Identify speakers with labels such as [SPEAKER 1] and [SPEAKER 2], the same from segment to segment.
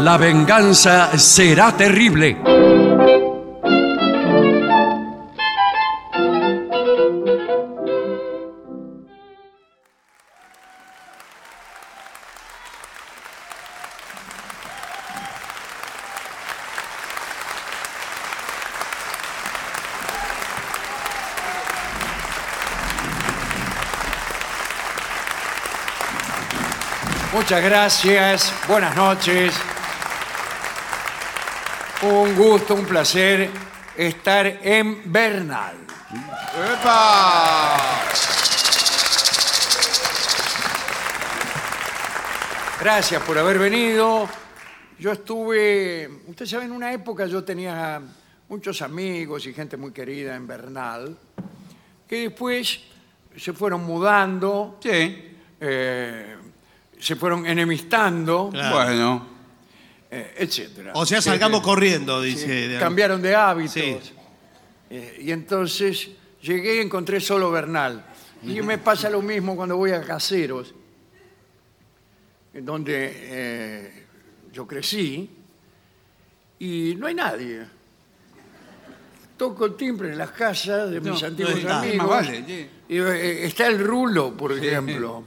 [SPEAKER 1] La venganza será terrible.
[SPEAKER 2] Muchas gracias, buenas noches. Un gusto, un placer estar en Bernal. Gracias por haber venido. Yo estuve, usted sabe, en una época yo tenía muchos amigos y gente muy querida en Bernal, que después se fueron mudando
[SPEAKER 3] Sí.
[SPEAKER 2] eh, se fueron enemistando,
[SPEAKER 4] Claro.
[SPEAKER 3] Bueno.
[SPEAKER 2] eh, etcétera.
[SPEAKER 4] O sea, salgamos corriendo, dice.
[SPEAKER 2] Eh, cambiaron de hábitos.
[SPEAKER 4] Sí.
[SPEAKER 2] Eh, y entonces llegué y encontré solo Bernal. Y me pasa lo mismo cuando voy a Caseros, en donde eh, yo crecí, y no hay nadie. Toco el timbre en las casas de mis
[SPEAKER 3] no
[SPEAKER 2] antiguos
[SPEAKER 4] hay nadie.
[SPEAKER 2] amigos.
[SPEAKER 3] Más vale, sí.
[SPEAKER 2] y, eh, está el rulo, por ejemplo.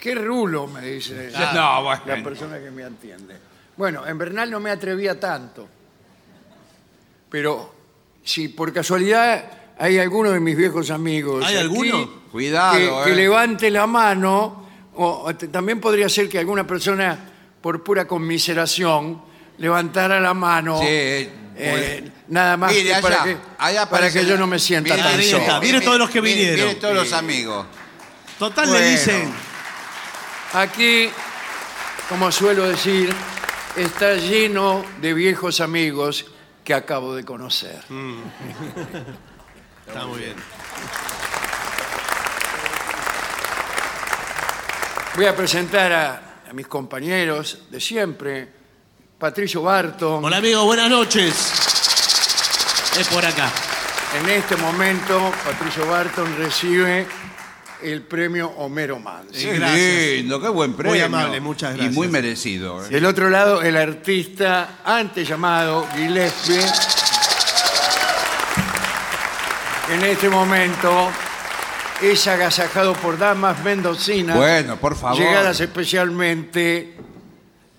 [SPEAKER 2] ¿Qué rulo? Me dice
[SPEAKER 3] Ah, no, bueno.
[SPEAKER 2] la persona que me atiende. Bueno, en Bernal no me atrevía tanto. Pero si por casualidad hay alguno de mis viejos amigos.
[SPEAKER 4] ¿Hay
[SPEAKER 2] aquí
[SPEAKER 4] alguno?
[SPEAKER 3] Cuidado,
[SPEAKER 2] Que, que
[SPEAKER 3] eh.
[SPEAKER 2] levante la mano. O, o t- también podría ser que alguna persona, por pura conmiseración, levantara la mano.
[SPEAKER 3] Sí,
[SPEAKER 2] eh,
[SPEAKER 3] bueno.
[SPEAKER 2] nada más
[SPEAKER 5] Mire,
[SPEAKER 2] que para,
[SPEAKER 5] allá,
[SPEAKER 2] que,
[SPEAKER 5] allá
[SPEAKER 2] para
[SPEAKER 5] aparece
[SPEAKER 2] que yo
[SPEAKER 5] la-
[SPEAKER 2] no me sienta
[SPEAKER 4] Mire,
[SPEAKER 2] tan
[SPEAKER 4] ahí
[SPEAKER 2] solo.
[SPEAKER 4] está. Mire todos los que vinieron.
[SPEAKER 5] Mire todos los amigos.
[SPEAKER 4] Total
[SPEAKER 2] Bueno.
[SPEAKER 4] le dicen.
[SPEAKER 2] Aquí, como suelo decir, está lleno de viejos amigos que acabo de conocer.
[SPEAKER 4] Mm. Está muy bien.
[SPEAKER 2] Voy a presentar a, a mis compañeros de siempre, Patricio Barton,
[SPEAKER 4] Hola amigo, buenas noches. Es por acá.
[SPEAKER 2] En este momento, Patricio Barton recibe el premio Homero Manzi.
[SPEAKER 4] Sí,
[SPEAKER 3] Qué
[SPEAKER 4] gracias.
[SPEAKER 3] lindo, qué buen premio.
[SPEAKER 4] amable, muchas
[SPEAKER 3] Y
[SPEAKER 4] gracias.
[SPEAKER 3] muy merecido. eh.
[SPEAKER 2] Del otro lado, el artista antes llamado Gillespie. En este momento es agasajado por damas mendocinas.
[SPEAKER 3] Bueno, por favor.
[SPEAKER 2] Llegadas especialmente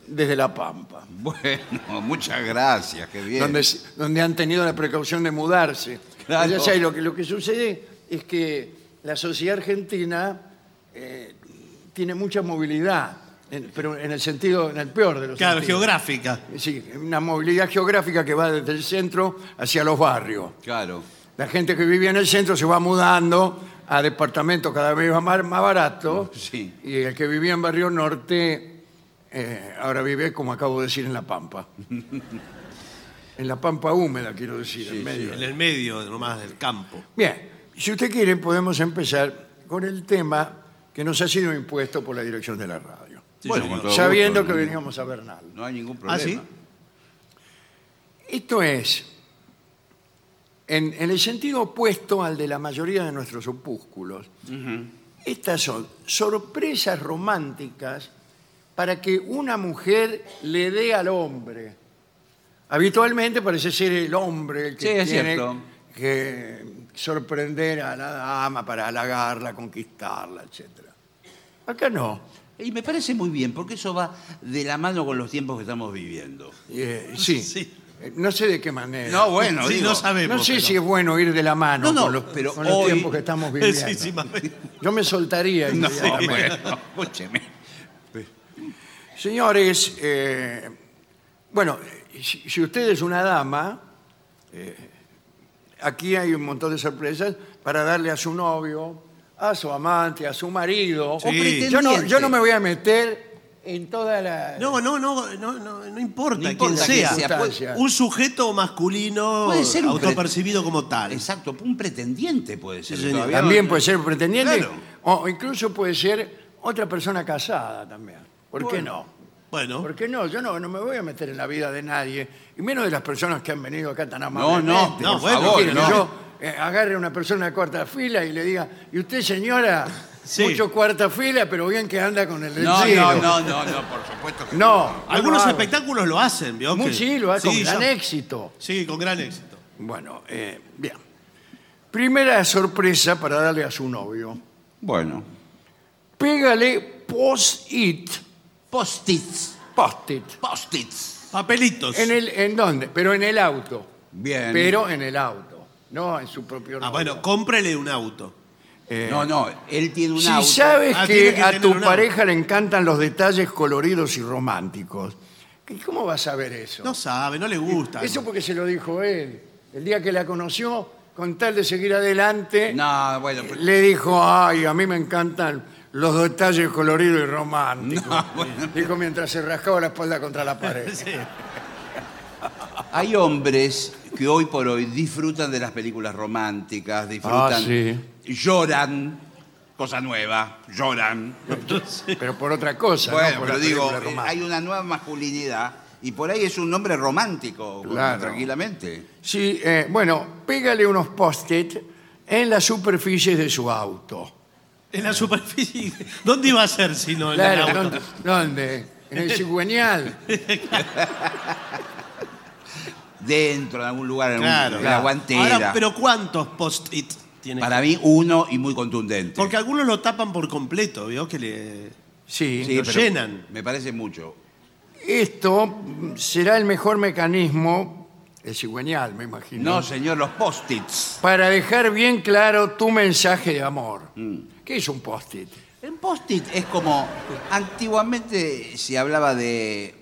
[SPEAKER 2] desde La Pampa,
[SPEAKER 3] Bueno, muchas gracias, qué bien.
[SPEAKER 2] donde, donde han tenido la precaución de mudarse.
[SPEAKER 3] Claro.
[SPEAKER 2] Ya sabes, lo que, lo que sucede es que la sociedad argentina eh, tiene mucha movilidad, en- pero en el sentido, en el peor de los
[SPEAKER 4] Claro,
[SPEAKER 2] sentidos.
[SPEAKER 4] geográfica.
[SPEAKER 2] Sí, una movilidad geográfica que va desde el centro hacia los barrios.
[SPEAKER 3] Claro.
[SPEAKER 2] La gente que vivía en el centro se va mudando a departamentos cada vez más, más baratos.
[SPEAKER 3] Sí.
[SPEAKER 2] Y el que vivía en Barrio Norte eh, ahora vive, como acabo de decir, en La Pampa. en La Pampa húmeda, quiero decir, en medio.
[SPEAKER 4] En el medio nomás del campo.
[SPEAKER 2] Bien, si usted quiere podemos empezar con el tema que nos ha sido impuesto por la dirección de la radio.
[SPEAKER 4] Sí,
[SPEAKER 3] bueno,
[SPEAKER 4] señor.
[SPEAKER 3] con todo
[SPEAKER 2] sabiendo
[SPEAKER 3] gusto,
[SPEAKER 2] que
[SPEAKER 3] no-
[SPEAKER 2] veníamos a Bernal.
[SPEAKER 3] No hay ningún
[SPEAKER 4] ¿Ah,
[SPEAKER 3] problema.
[SPEAKER 4] sí?
[SPEAKER 2] Esto es, en, en el sentido opuesto al de la mayoría de nuestros opúsculos, estas son sorpresas románticas para que una mujer le dé al hombre. Habitualmente parece ser el hombre el que
[SPEAKER 3] Sí, es
[SPEAKER 2] tiene
[SPEAKER 3] cierto.
[SPEAKER 2] que sorprender a la dama para halagarla, conquistarla, etc. Acá no.
[SPEAKER 5] Y me parece muy bien, porque eso va de la mano con los tiempos que estamos viviendo.
[SPEAKER 2] Eh, sí.
[SPEAKER 4] Sí.
[SPEAKER 2] Eh, No sé de qué manera.
[SPEAKER 3] No, bueno,
[SPEAKER 4] sí,
[SPEAKER 3] digo,
[SPEAKER 4] no sabemos.
[SPEAKER 2] No sé
[SPEAKER 4] pero-
[SPEAKER 2] si es bueno ir de la mano
[SPEAKER 5] No, no,
[SPEAKER 2] con los,
[SPEAKER 5] pero
[SPEAKER 2] con los
[SPEAKER 5] hoy-
[SPEAKER 2] tiempos que estamos viviendo.
[SPEAKER 4] Sí, sí, más o menos.
[SPEAKER 2] Yo me soltaría.
[SPEAKER 3] No,
[SPEAKER 2] inmediatamente.
[SPEAKER 3] bueno, escúcheme.
[SPEAKER 2] Señores, eh, bueno, si, si usted es una dama, eh, aquí hay un montón de sorpresas para darle a su novio, a su amante, a su marido.
[SPEAKER 4] Sí. pretendiente.
[SPEAKER 2] Yo, no, yo no me voy a meter en toda la...
[SPEAKER 4] No, no, no, no, no, no importa,
[SPEAKER 5] No
[SPEAKER 4] quién
[SPEAKER 5] importa
[SPEAKER 4] sea.
[SPEAKER 5] quién sea,
[SPEAKER 3] pues.
[SPEAKER 2] puede-
[SPEAKER 4] un sujeto masculino
[SPEAKER 5] Puede ser un pre-
[SPEAKER 4] autopercibido como tal.
[SPEAKER 5] Exacto, un pretendiente puede ser.
[SPEAKER 4] Sí, señor.
[SPEAKER 5] todavía.
[SPEAKER 2] También puede ser un pretendiente
[SPEAKER 4] Claro.
[SPEAKER 2] o incluso puede ser otra persona casada también. ¿Por qué no?
[SPEAKER 4] Bueno,
[SPEAKER 2] ¿Por qué no? Yo no, no me voy a meter en la vida de nadie, y menos de las personas que han venido acá tan amablemente.
[SPEAKER 3] no,
[SPEAKER 4] no,
[SPEAKER 2] ¿Qué
[SPEAKER 4] bueno,
[SPEAKER 2] quieren?
[SPEAKER 3] no.
[SPEAKER 2] Yo eh, agarre a una persona de cuarta fila y le diga, ¿y usted, señora?
[SPEAKER 4] Sí.
[SPEAKER 2] mucho cuarta fila, pero bien que anda con el
[SPEAKER 5] No,
[SPEAKER 2] letrero.
[SPEAKER 5] no, no, no, no.
[SPEAKER 3] Por supuesto que
[SPEAKER 2] No, yo
[SPEAKER 4] Algunos
[SPEAKER 2] lo hago.
[SPEAKER 4] espectáculos lo hacen, ¿vio?
[SPEAKER 2] Muy
[SPEAKER 4] Que-
[SPEAKER 2] sí, lo hago
[SPEAKER 4] Sí,
[SPEAKER 2] con gran
[SPEAKER 4] yo-
[SPEAKER 2] éxito.
[SPEAKER 4] Sí, con gran éxito.
[SPEAKER 2] Bueno, eh, bien. Primera sorpresa para darle a su novio.
[SPEAKER 3] Bueno.
[SPEAKER 2] Pégale post-it,
[SPEAKER 5] Post-its.
[SPEAKER 2] post-it.
[SPEAKER 5] Post-its.
[SPEAKER 4] Papelitos.
[SPEAKER 2] ¿En, el, ¿En dónde? Pero en el auto.
[SPEAKER 3] Bien.
[SPEAKER 2] Pero en el auto, no en su propio
[SPEAKER 4] Ah,
[SPEAKER 2] novio.
[SPEAKER 4] bueno, cómprele un auto.
[SPEAKER 5] eh, No, no. Él tiene un
[SPEAKER 2] Si
[SPEAKER 5] auto.
[SPEAKER 2] sabes
[SPEAKER 4] Ah,
[SPEAKER 2] que,
[SPEAKER 4] tiene que
[SPEAKER 2] a
[SPEAKER 4] tener
[SPEAKER 2] tu
[SPEAKER 4] un auto.
[SPEAKER 2] pareja le encantan los detalles coloridos y románticos, ¿qué- ¿cómo vas a ver eso?
[SPEAKER 4] No sabe, no le gusta.
[SPEAKER 2] Eso porque se lo dijo él. El día que la conoció, con tal de seguir adelante,
[SPEAKER 5] No, bueno. pero-
[SPEAKER 2] le dijo, ay, a mí me encantan los detalles coloridos y románticos. Dijo mientras se rascaba la espalda contra la pared.
[SPEAKER 5] Hay hombres que hoy por hoy disfrutan de las películas románticas, disfrutan,
[SPEAKER 2] Ah, sí.
[SPEAKER 5] lloran, cosa nueva, lloran.
[SPEAKER 2] Pero por otra cosa. no
[SPEAKER 5] bueno,
[SPEAKER 2] por
[SPEAKER 5] pero
[SPEAKER 2] la
[SPEAKER 5] digo, eh,
[SPEAKER 2] película
[SPEAKER 4] eh,
[SPEAKER 2] romántica.
[SPEAKER 5] hay una nueva masculinidad y por ahí es un hombre romántico,
[SPEAKER 2] Claro.
[SPEAKER 5] tranquilamente.
[SPEAKER 2] Sí, eh, bueno, pégale unos post-it en las superficies de su auto.
[SPEAKER 4] En la superficie. ¿Dónde iba a ser si no en el
[SPEAKER 2] Claro,
[SPEAKER 4] auto?
[SPEAKER 2] ¿dónde? ¿dónde? En el cigüeñal.
[SPEAKER 5] Dentro, en algún lugar, en, un-
[SPEAKER 4] Claro.
[SPEAKER 5] en la guantera.
[SPEAKER 4] Ahora, pero ¿cuántos post-it tiene?
[SPEAKER 5] Para mí, uno y muy contundente.
[SPEAKER 4] Porque algunos lo tapan por completo, ¿vio? Que le.
[SPEAKER 2] Sí.
[SPEAKER 5] Sí,
[SPEAKER 4] lo
[SPEAKER 5] pero
[SPEAKER 4] llenan.
[SPEAKER 5] Me parece mucho.
[SPEAKER 2] Esto mm, será el mejor mecanismo, el cigüeñal, me imagino,
[SPEAKER 5] No, señor, los post-its.
[SPEAKER 2] para dejar bien claro tu mensaje de amor. ¿Qué es un post-it? Eh,
[SPEAKER 5] El post-it es como. Antiguamente se hablaba de,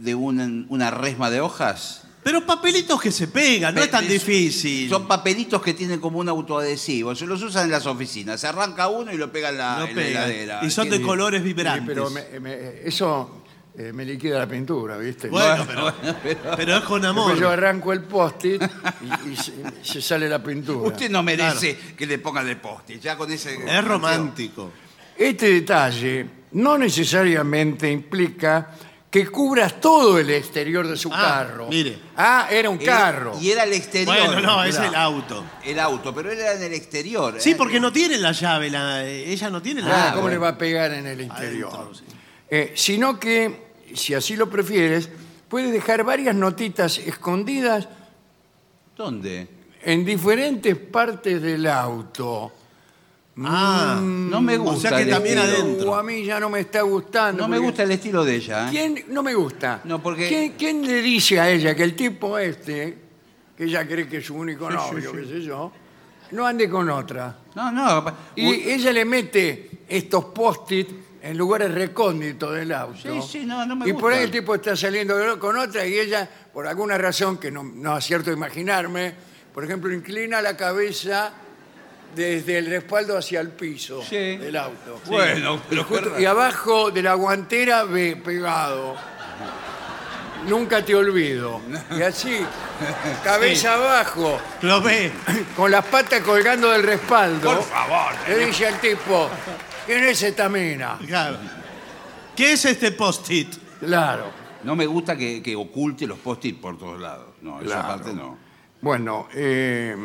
[SPEAKER 5] de un- una resma de hojas.
[SPEAKER 4] Pero papelitos que se pegan, no es tan
[SPEAKER 5] Pe-
[SPEAKER 4] difícil.
[SPEAKER 5] Son papelitos que tienen como un autoadhesivo. Se los usan en las oficinas. Se arranca uno y lo pega en la,
[SPEAKER 4] No
[SPEAKER 5] en la
[SPEAKER 4] pegan.
[SPEAKER 5] heladera.
[SPEAKER 4] Y son de
[SPEAKER 5] ¿Entiendes?
[SPEAKER 4] colores
[SPEAKER 2] Sí,
[SPEAKER 4] vibrantes.
[SPEAKER 2] pero me- me- eso eh, me liquida la pintura, ¿viste?
[SPEAKER 4] Bueno, pero, pero es con
[SPEAKER 2] Después
[SPEAKER 4] amor.
[SPEAKER 2] yo arranco el post-it y, y se, se sale la pintura.
[SPEAKER 5] Usted no merece que le pongan el post-it. Ya con ese.
[SPEAKER 4] Es romántico.
[SPEAKER 2] Este detalle no necesariamente implica que cubras todo el exterior de su
[SPEAKER 4] Ah,
[SPEAKER 2] carro.
[SPEAKER 4] mire.
[SPEAKER 2] Ah, era un
[SPEAKER 5] Era-
[SPEAKER 2] carro.
[SPEAKER 5] Y era el exterior.
[SPEAKER 4] Bueno, no, es
[SPEAKER 5] Mirá.
[SPEAKER 4] el auto.
[SPEAKER 5] El auto, pero era en el exterior.
[SPEAKER 4] Sí,
[SPEAKER 5] ¿eh?
[SPEAKER 4] porque no tiene la llave, la- ella no tiene la
[SPEAKER 2] Ah,
[SPEAKER 4] llave.
[SPEAKER 2] ¿Cómo le va a pegar en el interior?
[SPEAKER 4] Adentro, sí.
[SPEAKER 2] Eh, sino que, si así lo prefieres, puedes dejar varias notitas escondidas
[SPEAKER 5] ¿Dónde?
[SPEAKER 2] en diferentes partes del auto.
[SPEAKER 4] Ah,
[SPEAKER 5] No me gusta.
[SPEAKER 4] o sea que
[SPEAKER 5] el
[SPEAKER 4] también
[SPEAKER 5] estilo.
[SPEAKER 4] adentro.
[SPEAKER 2] O a mí ya no me está gustando.
[SPEAKER 5] No me
[SPEAKER 2] porque-
[SPEAKER 5] gusta el estilo de ella. ¿eh?
[SPEAKER 2] ¿Quién no me gusta?
[SPEAKER 5] No, porque-
[SPEAKER 2] ¿Quién, quién le dice a ella que el tipo este, que ella cree que es su único novio, qué sé yo, no ande con otra?
[SPEAKER 5] No, no. pa-
[SPEAKER 2] Y
[SPEAKER 5] Uy,
[SPEAKER 2] ella le mete estos post-it en lugares recónditos del auto.
[SPEAKER 5] Sí, sí, no, no me
[SPEAKER 2] Y por ahí
[SPEAKER 5] gusta.
[SPEAKER 2] el tipo está saliendo con otra y ella, por alguna razón que no, no acierto a imaginarme, por ejemplo, inclina la cabeza desde el respaldo hacia el piso
[SPEAKER 5] Sí.
[SPEAKER 2] del auto.
[SPEAKER 5] Bueno, pero
[SPEAKER 2] Justo- y abajo de la guantera ve pegado. Nunca te olvido. Y así, cabeza abajo,
[SPEAKER 4] Lo ve.
[SPEAKER 2] con las patas colgando del respaldo.
[SPEAKER 5] oh.
[SPEAKER 3] Por favor.
[SPEAKER 2] Le dice al tipo, ¿quién es esta mina?
[SPEAKER 4] Claro. ¿Qué es este post-it?
[SPEAKER 2] Claro.
[SPEAKER 5] no me gusta que, que oculte los post-it por todos lados. No,
[SPEAKER 2] Claro.
[SPEAKER 5] esa parte no.
[SPEAKER 2] Bueno, eh,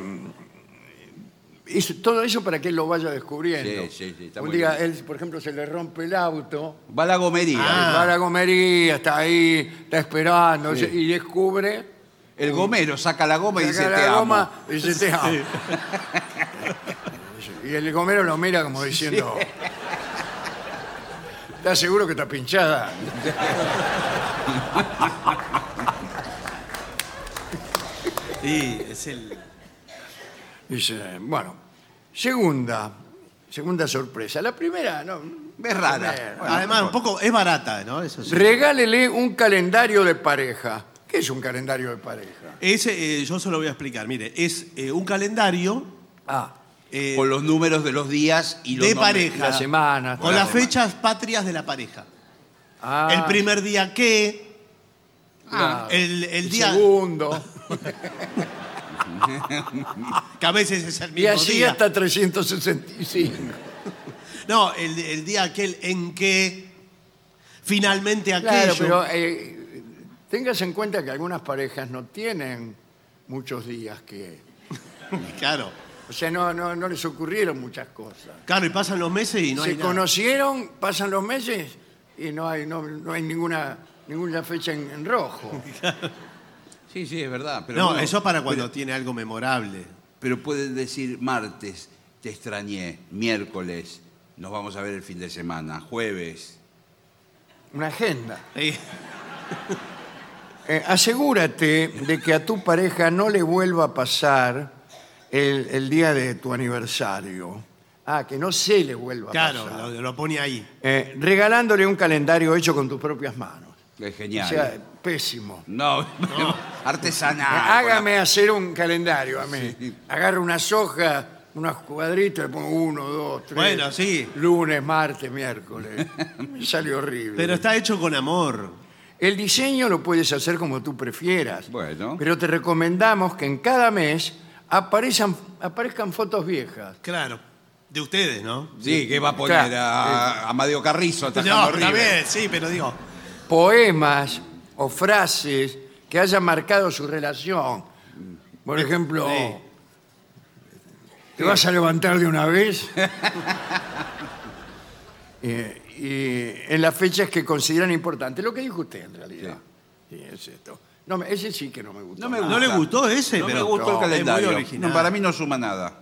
[SPEAKER 2] eso- todo eso para que él lo vaya descubriendo.
[SPEAKER 5] Sí, sí, sí, está
[SPEAKER 2] Un
[SPEAKER 5] muy
[SPEAKER 2] día
[SPEAKER 5] bien.
[SPEAKER 2] él, por ejemplo, se le rompe el auto,
[SPEAKER 5] Va la gomería.
[SPEAKER 4] Ah.
[SPEAKER 2] va a la gomería, está ahí, está esperando se- y descubre...
[SPEAKER 5] El gomero saca la goma y
[SPEAKER 2] Saca
[SPEAKER 5] Pues dice
[SPEAKER 2] la
[SPEAKER 5] te
[SPEAKER 2] goma
[SPEAKER 5] amo.
[SPEAKER 2] y dice, "Te amo". Y el gomero lo mira como diciendo, ¿estás seguro que está pinchada?
[SPEAKER 4] Sí, es el.
[SPEAKER 2] Dice, bueno, segunda, segunda sorpresa. La primera, no.
[SPEAKER 5] Es rara.
[SPEAKER 2] Primera.
[SPEAKER 5] Bueno,
[SPEAKER 4] Además, un poco. Es barata, ¿no? Eso sí.
[SPEAKER 2] Regálele un calendario de pareja. ¿Qué es un calendario de pareja?
[SPEAKER 4] Ese, eh, yo se lo voy a explicar. Mire, es eh, un calendario
[SPEAKER 2] Ah,
[SPEAKER 4] eh,
[SPEAKER 5] Con los números de los días y los
[SPEAKER 4] de
[SPEAKER 5] nombres.
[SPEAKER 4] pareja.
[SPEAKER 2] las semanas.
[SPEAKER 4] Con
[SPEAKER 5] la
[SPEAKER 4] las
[SPEAKER 5] semana.
[SPEAKER 4] fechas patrias de la pareja.
[SPEAKER 2] ah,
[SPEAKER 4] El primer día que.
[SPEAKER 2] claro.
[SPEAKER 4] el, el día.
[SPEAKER 2] segundo.
[SPEAKER 4] Que a veces es el
[SPEAKER 2] Y
[SPEAKER 4] mismo
[SPEAKER 2] así
[SPEAKER 4] día.
[SPEAKER 2] hasta 365.
[SPEAKER 4] No, el, el día aquel en que finalmente
[SPEAKER 2] Claro,
[SPEAKER 4] aquello.
[SPEAKER 2] pero eh, tengas en cuenta que algunas parejas no tienen muchos días que...
[SPEAKER 4] Claro.
[SPEAKER 2] O sea, no, no, no les ocurrieron muchas cosas.
[SPEAKER 4] Claro, y pasan los meses y no hay
[SPEAKER 2] Se
[SPEAKER 4] nada.
[SPEAKER 2] conocieron, pasan los meses y no hay, no, no hay ninguna, ninguna fecha en, en rojo.
[SPEAKER 5] Sí, sí, es verdad. Pero
[SPEAKER 4] No,
[SPEAKER 5] bueno,
[SPEAKER 4] eso es para cuando tiene algo memorable.
[SPEAKER 5] Pero pueden decir martes, te extrañé, miércoles, nos vamos a ver el fin de semana, jueves.
[SPEAKER 2] Una agenda.
[SPEAKER 4] Sí.
[SPEAKER 2] Eh, asegúrate de que a tu pareja no le vuelva a pasar el, el día de tu aniversario. Ah, que no se le vuelva a
[SPEAKER 4] Claro,
[SPEAKER 2] pasar.
[SPEAKER 4] lo, lo pone ahí.
[SPEAKER 2] Eh, regalándole un calendario hecho con tus propias manos.
[SPEAKER 5] Es
[SPEAKER 2] O
[SPEAKER 5] genial.
[SPEAKER 2] sea, pésimo.
[SPEAKER 5] no,
[SPEAKER 4] Ah,
[SPEAKER 5] artesanal.
[SPEAKER 2] Hágame hacer un calendario a mí. Agarro unas hojas, unos cuadritos, le pongo uno, dos, tres.
[SPEAKER 4] Bueno, sí.
[SPEAKER 2] Lunes, martes, miércoles. Me sale horrible.
[SPEAKER 4] Pero está hecho con amor.
[SPEAKER 2] El diseño lo puedes hacer como tú prefieras.
[SPEAKER 5] Bueno.
[SPEAKER 2] Pero te recomendamos que en cada mes aparezcan, aparezcan fotos viejas.
[SPEAKER 4] Claro. De ustedes, ¿no?
[SPEAKER 5] Sí, que va a poner
[SPEAKER 2] Claro.
[SPEAKER 5] a, a Amadeo Carrizo
[SPEAKER 4] No,
[SPEAKER 5] atajando
[SPEAKER 4] está
[SPEAKER 5] River.
[SPEAKER 4] bien, sí, pero digo.
[SPEAKER 2] Poemas o frases que hayan marcado su relación. Por ejemplo,
[SPEAKER 4] Sí.
[SPEAKER 2] ¿te vas a levantar de una vez? Eh, y en las fechas que consideran importantes. Lo que dijo usted, en realidad. Sí, es esto. No, me- ese sí que no me gusta.
[SPEAKER 5] No me
[SPEAKER 4] ¿No le gustó ese?
[SPEAKER 5] No
[SPEAKER 4] pero
[SPEAKER 5] me gustó
[SPEAKER 2] no,
[SPEAKER 5] el
[SPEAKER 2] es muy
[SPEAKER 5] calendario.
[SPEAKER 4] original.
[SPEAKER 5] No, para mí no suma nada.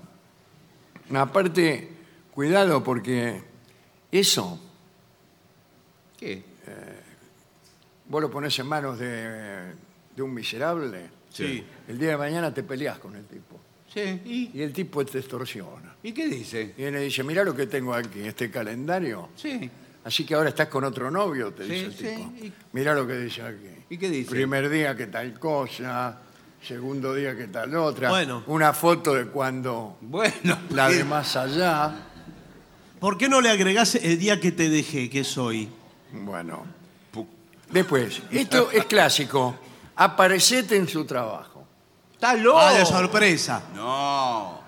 [SPEAKER 2] Aparte, cuidado porque eso
[SPEAKER 5] ¿Qué?
[SPEAKER 2] vos lo pones en manos de, de un miserable,
[SPEAKER 4] Sí.
[SPEAKER 2] el día de mañana te peleas con el tipo.
[SPEAKER 5] Sí. ¿Y,
[SPEAKER 2] Y el tipo te extorsiona.
[SPEAKER 5] ¿Y qué dice?
[SPEAKER 2] Y él le dice, mirá lo que tengo aquí, este calendario.
[SPEAKER 5] Sí.
[SPEAKER 2] Así que ahora estás con otro novio, te
[SPEAKER 5] Sí,
[SPEAKER 2] dice el
[SPEAKER 5] sí,
[SPEAKER 2] tipo.
[SPEAKER 5] y-
[SPEAKER 2] Mirá lo que dice aquí.
[SPEAKER 5] ¿Y qué dice?
[SPEAKER 2] Primer día que tal cosa, segundo día que tal otra.
[SPEAKER 4] Bueno.
[SPEAKER 2] Una foto de cuando
[SPEAKER 5] Bueno. pues,
[SPEAKER 2] la
[SPEAKER 5] ¿qué?
[SPEAKER 2] de más allá.
[SPEAKER 4] ¿Por qué no le agregás el día que te dejé, que soy?
[SPEAKER 2] Bueno. Después, esto es clásico. Aparecete en su trabajo.
[SPEAKER 5] ¡Está loco!
[SPEAKER 4] Ah, de sorpresa.
[SPEAKER 5] No.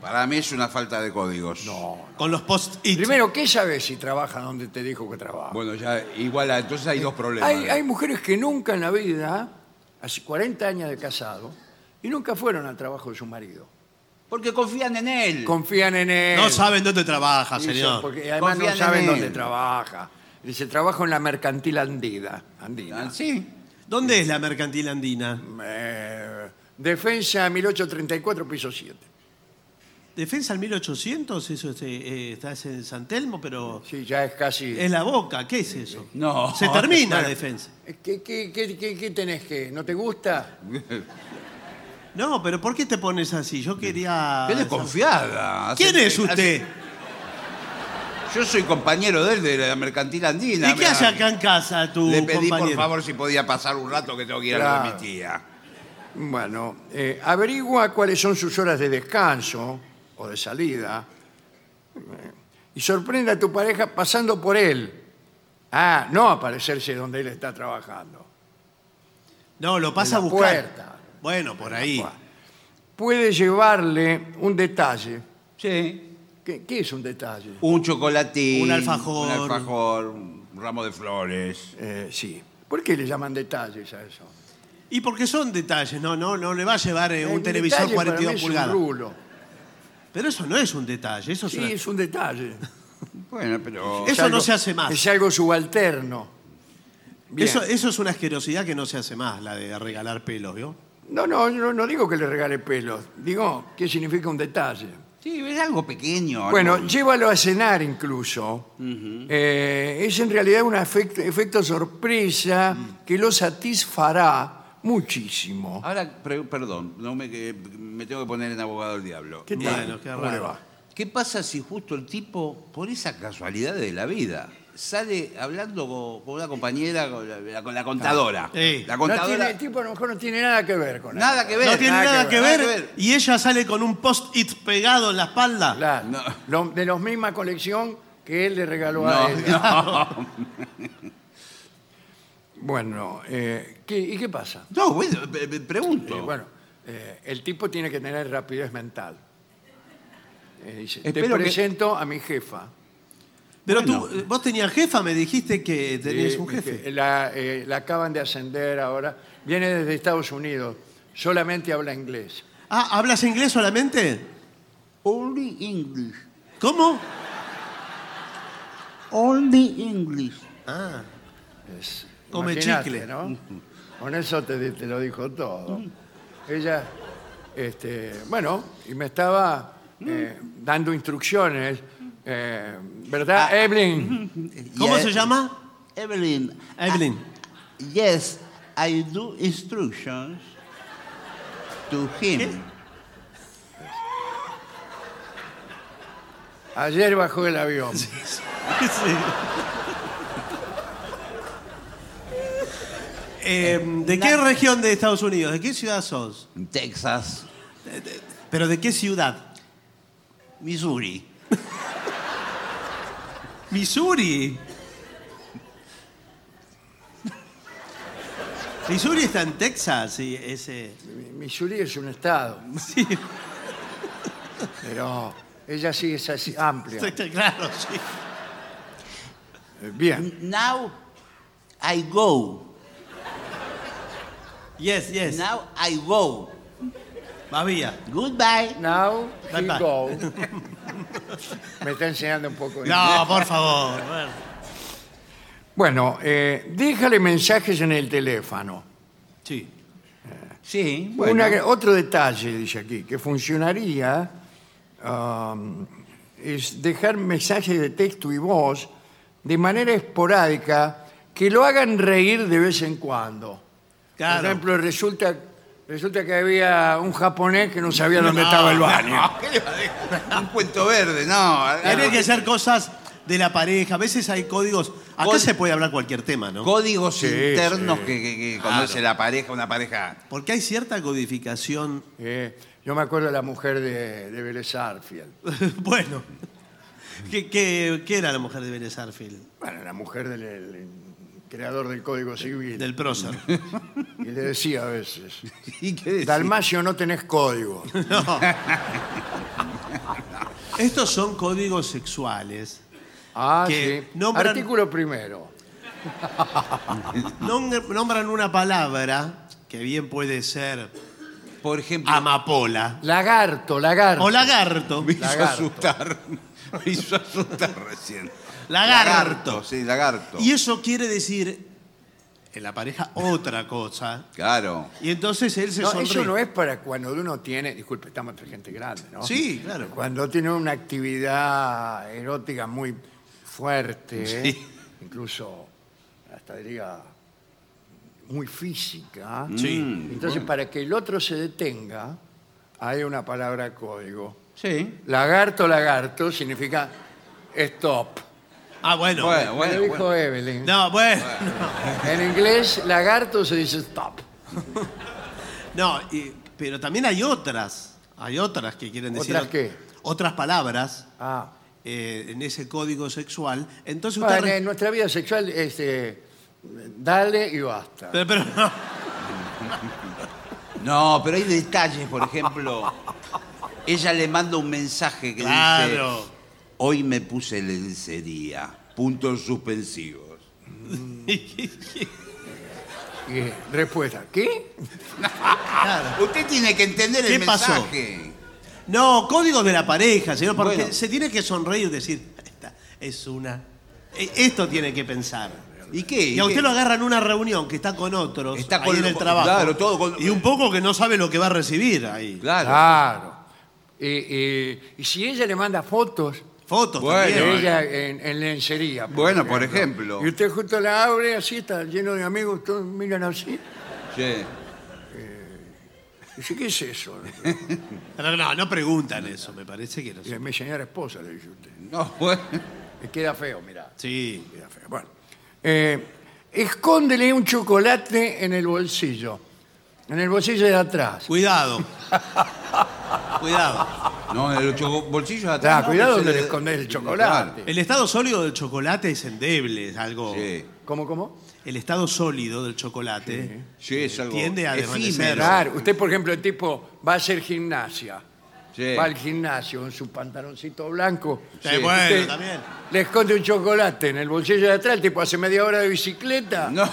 [SPEAKER 5] Para mí es una falta de códigos. No.
[SPEAKER 4] Con los post-it.
[SPEAKER 2] Primero, ¿qué sabes si trabaja donde te dijo que trabaja?
[SPEAKER 5] Bueno, ya igual a- entonces hay dos problemas.
[SPEAKER 2] hay, hay mujeres que nunca en la vida, hace 40 años de casado, y nunca fueron al trabajo de su marido.
[SPEAKER 5] Porque confían en él.
[SPEAKER 2] Confían en él.
[SPEAKER 4] No saben dónde trabaja,
[SPEAKER 2] Dicen,
[SPEAKER 4] señor.
[SPEAKER 2] Porque además
[SPEAKER 5] Confían
[SPEAKER 2] no
[SPEAKER 5] en
[SPEAKER 2] saben
[SPEAKER 5] él.
[SPEAKER 2] dónde trabaja. Dice, trabajo en la mercantil andida, andina.
[SPEAKER 5] Ah, Sí.
[SPEAKER 4] ¿Dónde es la mercantil andina?
[SPEAKER 2] Eh, defensa 1834, piso 7.
[SPEAKER 4] Defensa al 1800, eso este, eh, está en San Telmo, pero
[SPEAKER 2] Sí, ya es casi...
[SPEAKER 4] es la boca. ¿Qué es eso?
[SPEAKER 5] No.
[SPEAKER 4] Se termina
[SPEAKER 2] Bueno.
[SPEAKER 4] la defensa.
[SPEAKER 2] ¿Qué, qué, qué- qué- qué tenés que? ¿No te gusta?
[SPEAKER 4] No, pero ¿por qué te pones así? Yo quería.
[SPEAKER 5] Qué desconfiada. Hace-
[SPEAKER 4] Ah, ¿Quién es
[SPEAKER 5] hace-
[SPEAKER 4] usted?
[SPEAKER 5] Yo soy compañero de él de la mercantil andina.
[SPEAKER 4] ¿Y qué hace acá en casa tu
[SPEAKER 5] Le pedí por
[SPEAKER 4] compañero?
[SPEAKER 5] favor si podía pasar un rato que tengo que ir a lo de
[SPEAKER 2] Claro.
[SPEAKER 5] mi tía.
[SPEAKER 2] Bueno, eh, averigua cuáles son sus horas de descanso o de salida eh, y sorprende a tu pareja pasando por él. Ah, no aparecerse donde él está trabajando.
[SPEAKER 4] No, lo pasa
[SPEAKER 2] En
[SPEAKER 4] a
[SPEAKER 2] la
[SPEAKER 4] buscar.
[SPEAKER 2] puerta.
[SPEAKER 4] Bueno, por ahí.
[SPEAKER 2] Puede llevarle un detalle.
[SPEAKER 5] Sí.
[SPEAKER 2] ¿Qué, qué es un detalle?
[SPEAKER 5] Un chocolatín.
[SPEAKER 4] Un alfajor.
[SPEAKER 5] Un alfajor, un ramo de flores.
[SPEAKER 2] Eh, sí. ¿Por qué le llaman detalles a eso?
[SPEAKER 4] Y porque son detalles, no, no, no le va a llevar eh, un
[SPEAKER 2] El
[SPEAKER 4] televisor
[SPEAKER 2] detalle para mí
[SPEAKER 4] 42
[SPEAKER 2] es un
[SPEAKER 4] pulgadas.
[SPEAKER 2] rulo.
[SPEAKER 4] Pero eso no es un detalle, eso es
[SPEAKER 2] Sí,
[SPEAKER 4] una-
[SPEAKER 2] es un detalle.
[SPEAKER 5] Bueno, pero.
[SPEAKER 4] Eso
[SPEAKER 2] Es algo-
[SPEAKER 4] no se hace más.
[SPEAKER 2] Es algo subalterno. Bien.
[SPEAKER 4] Eso, eso es una asquerosidad que no se hace más, la de regalar pelos, ¿vio?
[SPEAKER 2] No, no, yo no digo que le regale pelos. Digo, ¿qué significa un detalle?
[SPEAKER 5] Sí, es algo pequeño. algo-
[SPEAKER 2] Bueno, llévalo a cenar incluso. Eh, es en realidad un afecto- efecto sorpresa
[SPEAKER 5] Mm.
[SPEAKER 2] que lo satisfará muchísimo.
[SPEAKER 5] Ahora, pre- perdón, no me, que- me tengo que poner en abogado del diablo.
[SPEAKER 2] ¿Qué tal?
[SPEAKER 4] Bueno, qué
[SPEAKER 2] ¿Cómo le
[SPEAKER 4] raro.
[SPEAKER 2] va?
[SPEAKER 5] ¿Qué pasa si justo el tipo, por esa casualidad de la vida, sale hablando co- con, una compañera, con la, la- con la contadora?
[SPEAKER 4] Sí.
[SPEAKER 5] La
[SPEAKER 2] No tiene-
[SPEAKER 5] contadora.
[SPEAKER 2] el tipo a lo mejor no tiene nada que ver con
[SPEAKER 5] Nada
[SPEAKER 2] eso.
[SPEAKER 5] que ver.
[SPEAKER 4] No tiene nada, que, ver,
[SPEAKER 5] nada que ver.
[SPEAKER 4] y ella sale con un post-it pegado en la espalda.
[SPEAKER 2] Claro.
[SPEAKER 5] No.
[SPEAKER 2] Lo- de la misma colección que él le regaló a él.
[SPEAKER 5] No, no.
[SPEAKER 2] Bueno, eh, ¿qué- ¿y qué pasa?
[SPEAKER 5] No, bueno, pe- pe-
[SPEAKER 2] Eh,
[SPEAKER 5] pregunto.
[SPEAKER 2] bueno, eh, el tipo tiene que tener rapidez mental. Eh, dice, te
[SPEAKER 5] Espero que-
[SPEAKER 2] presento a mi jefa.
[SPEAKER 4] Pero tú, eh, vos tenías jefa, me dijiste que tenías
[SPEAKER 2] Eh,
[SPEAKER 4] un jefe.
[SPEAKER 2] eh, La, eh, la acaban de ascender ahora. Viene desde Estados Unidos. Solamente habla inglés.
[SPEAKER 4] Ah, ¿hablas inglés solamente?
[SPEAKER 6] Only English.
[SPEAKER 4] ¿Cómo?
[SPEAKER 6] Only English.
[SPEAKER 2] Es-
[SPEAKER 4] Come
[SPEAKER 2] imagínate,
[SPEAKER 4] chicle. Mm.
[SPEAKER 2] ¿no? Con eso te, di- te lo dijo todo. Ella, este, bueno, y me estaba
[SPEAKER 4] Mm.
[SPEAKER 2] eh, dando instrucciones. eh,
[SPEAKER 4] Ah,
[SPEAKER 2] ¿Verdad, Evelyn?
[SPEAKER 4] ¿Cómo
[SPEAKER 5] Y
[SPEAKER 4] se
[SPEAKER 5] a- Ah.
[SPEAKER 4] llama?
[SPEAKER 6] Evelyn.
[SPEAKER 4] Evelyn.
[SPEAKER 6] I- yes, I do instructions to him.
[SPEAKER 2] Ayer bajó del avión.
[SPEAKER 4] Eh, ¿De qué región de Estados Unidos? ¿De qué ciudad sos?
[SPEAKER 5] Texas,
[SPEAKER 4] ¿Pero de qué ciudad?
[SPEAKER 5] Missouri.
[SPEAKER 4] Missouri. Missouri está en Texas, sí, ese.
[SPEAKER 2] Mi- Missouri es un estado.
[SPEAKER 4] Sí,
[SPEAKER 2] Pero ella sí es así, amplia.
[SPEAKER 4] claro, sí.
[SPEAKER 2] Eh, Bien.
[SPEAKER 6] Now I go.
[SPEAKER 4] Yes, yes.
[SPEAKER 6] Now I go.
[SPEAKER 4] Babía.
[SPEAKER 6] Goodbye.
[SPEAKER 2] Now he
[SPEAKER 4] Bye, bye.
[SPEAKER 2] go. Me está enseñando un poco. de-
[SPEAKER 4] No, por favor. bueno.
[SPEAKER 2] Bueno, eh, déjale mensajes en el teléfono.
[SPEAKER 4] Sí.
[SPEAKER 5] Sí,
[SPEAKER 2] Una
[SPEAKER 5] bueno.
[SPEAKER 2] gra- otro detalle, dice aquí, que funcionaría um, es dejar mensajes de texto y voz de manera esporádica que lo hagan reír de vez en cuando. Por
[SPEAKER 4] Claro.
[SPEAKER 2] ejemplo, resulta, resulta que había un japonés que no sabía dónde estaba el baño.
[SPEAKER 3] No, ¿qué le va a dejar? Un cuento verde, no.
[SPEAKER 4] Tiene que ser cosas de la pareja. A veces hay códigos. Acá
[SPEAKER 5] Códi-
[SPEAKER 4] se puede hablar cualquier tema, ¿no?
[SPEAKER 5] Códigos
[SPEAKER 2] Sí,
[SPEAKER 5] internos
[SPEAKER 2] sí.
[SPEAKER 5] que, que- que
[SPEAKER 3] Claro.
[SPEAKER 5] conoce
[SPEAKER 3] Conoce la pareja, una pareja.
[SPEAKER 4] Porque hay cierta codificación.
[SPEAKER 2] Eh, yo me acuerdo de la mujer de, de Vélez Arfield.
[SPEAKER 4] bueno. ¿Qué, qué, qué era la mujer de Vélez Arfield?
[SPEAKER 2] Bueno, la mujer del el creador del Código Civil.
[SPEAKER 4] Del prócer.
[SPEAKER 2] Y le decía a veces,
[SPEAKER 5] ¿Y qué decir?
[SPEAKER 2] Dalmacio no tenés código.
[SPEAKER 4] Estos son códigos sexuales.
[SPEAKER 2] Ah,
[SPEAKER 4] Que
[SPEAKER 2] sí.
[SPEAKER 4] nombran-
[SPEAKER 2] Artículo primero.
[SPEAKER 4] Nom- Nombran una palabra que bien puede ser
[SPEAKER 5] Por ejemplo,
[SPEAKER 4] amapola
[SPEAKER 2] Lagarto, lagarto.
[SPEAKER 4] o lagarto.
[SPEAKER 3] Me hizo
[SPEAKER 2] Lagarto.
[SPEAKER 3] asustar. Me hizo asustar recién.
[SPEAKER 4] Lagarto.
[SPEAKER 3] Sí, lagarto.
[SPEAKER 4] Y eso quiere decir en la pareja otra cosa.
[SPEAKER 3] Claro.
[SPEAKER 4] Y entonces él se
[SPEAKER 2] No,
[SPEAKER 4] sonríe.
[SPEAKER 2] eso no es para cuando uno tiene, disculpe, estamos entre gente grande, ¿no?
[SPEAKER 4] Sí, claro.
[SPEAKER 2] Cuando tiene una actividad erótica muy fuerte, ¿eh? incluso hasta diría muy física. Mm.
[SPEAKER 4] Sí. Mm.
[SPEAKER 2] Entonces, para que el otro se detenga, hay una palabra código.
[SPEAKER 5] sí.
[SPEAKER 2] Lagarto, lagarto significa stop.
[SPEAKER 4] Ah, bueno.
[SPEAKER 5] Bueno,
[SPEAKER 2] Me
[SPEAKER 5] bueno,
[SPEAKER 2] lo dijo
[SPEAKER 5] bueno.
[SPEAKER 2] Evelyn.
[SPEAKER 4] No, bueno.
[SPEAKER 2] En inglés, lagarto se dice stop.
[SPEAKER 4] No, y- pero también hay otras. Hay otras que quieren decir.
[SPEAKER 2] ¿Otras qué?
[SPEAKER 4] Otras palabras
[SPEAKER 2] Ah.
[SPEAKER 4] eh, en ese código sexual. Entonces usted.
[SPEAKER 2] Bueno,
[SPEAKER 4] re-
[SPEAKER 2] en nuestra vida sexual, este, dale y basta.
[SPEAKER 4] Pero, pero no.
[SPEAKER 5] No, pero hay detalles, por ejemplo. Ella le manda un mensaje que
[SPEAKER 4] Claro.
[SPEAKER 5] dice: Hoy me puse lencería. Puntos suspensivos.
[SPEAKER 2] Y eh, respuesta, ¿qué?
[SPEAKER 5] Usted tiene que entender
[SPEAKER 4] ¿Qué
[SPEAKER 5] el
[SPEAKER 4] pasó?
[SPEAKER 5] mensaje.
[SPEAKER 4] No, códigos de la pareja, señor, porque
[SPEAKER 5] Bueno.
[SPEAKER 4] se tiene que sonreír y decir, esta es una. e- Esto tiene que pensar.
[SPEAKER 5] ¿Y qué?
[SPEAKER 4] Y a usted
[SPEAKER 5] qué?
[SPEAKER 4] lo agarran en una reunión que está con otros,
[SPEAKER 5] Está
[SPEAKER 4] ahí
[SPEAKER 5] con-
[SPEAKER 4] en el trabajo.
[SPEAKER 5] claro, todo con-
[SPEAKER 4] Y un poco que no sabe lo que va a recibir ahí.
[SPEAKER 5] Claro.
[SPEAKER 2] Claro. Y, y- y si ella le manda fotos
[SPEAKER 4] Fotos
[SPEAKER 5] Bueno.
[SPEAKER 2] de
[SPEAKER 4] también.
[SPEAKER 2] ella en, en lencería.
[SPEAKER 5] Bueno, por ejemplo.
[SPEAKER 2] Y usted justo la abre, así está lleno de amigos, todos miran así.
[SPEAKER 5] Sí.
[SPEAKER 2] Dice, ¿qué es eso?
[SPEAKER 4] Pero no, no preguntan eso, me parece que no.
[SPEAKER 2] Dice, mi señora esposa, le dice usted.
[SPEAKER 5] No, bueno.
[SPEAKER 2] Me queda feo, mirá.
[SPEAKER 4] Sí.
[SPEAKER 2] Queda feo. Bueno. Eh, escóndele un chocolate en el bolsillo. En el bolsillo de atrás.
[SPEAKER 4] Cuidado. Cuidado.
[SPEAKER 5] No, en los cho- bolsillos de
[SPEAKER 2] Ah,
[SPEAKER 5] atrás. no,
[SPEAKER 2] cuidado
[SPEAKER 5] que se
[SPEAKER 2] donde
[SPEAKER 5] le-
[SPEAKER 2] le escondes el chocolate.
[SPEAKER 4] El estado sólido del chocolate es endeble, es algo.
[SPEAKER 5] Sí.
[SPEAKER 2] ¿Cómo, cómo?
[SPEAKER 4] El estado sólido del chocolate
[SPEAKER 5] Sí, es algo
[SPEAKER 4] tiende a desvanecer.
[SPEAKER 5] efímero.
[SPEAKER 2] Claro, usted, por ejemplo, el tipo va a hacer gimnasia.
[SPEAKER 5] Sí.
[SPEAKER 2] Va al gimnasio con su pantaloncito blanco.
[SPEAKER 4] Sí,
[SPEAKER 5] Sí.
[SPEAKER 4] bueno,
[SPEAKER 2] Usted
[SPEAKER 4] también.
[SPEAKER 2] Le esconde un chocolate en el bolsillo de atrás, el tipo hace media hora de bicicleta.
[SPEAKER 5] No,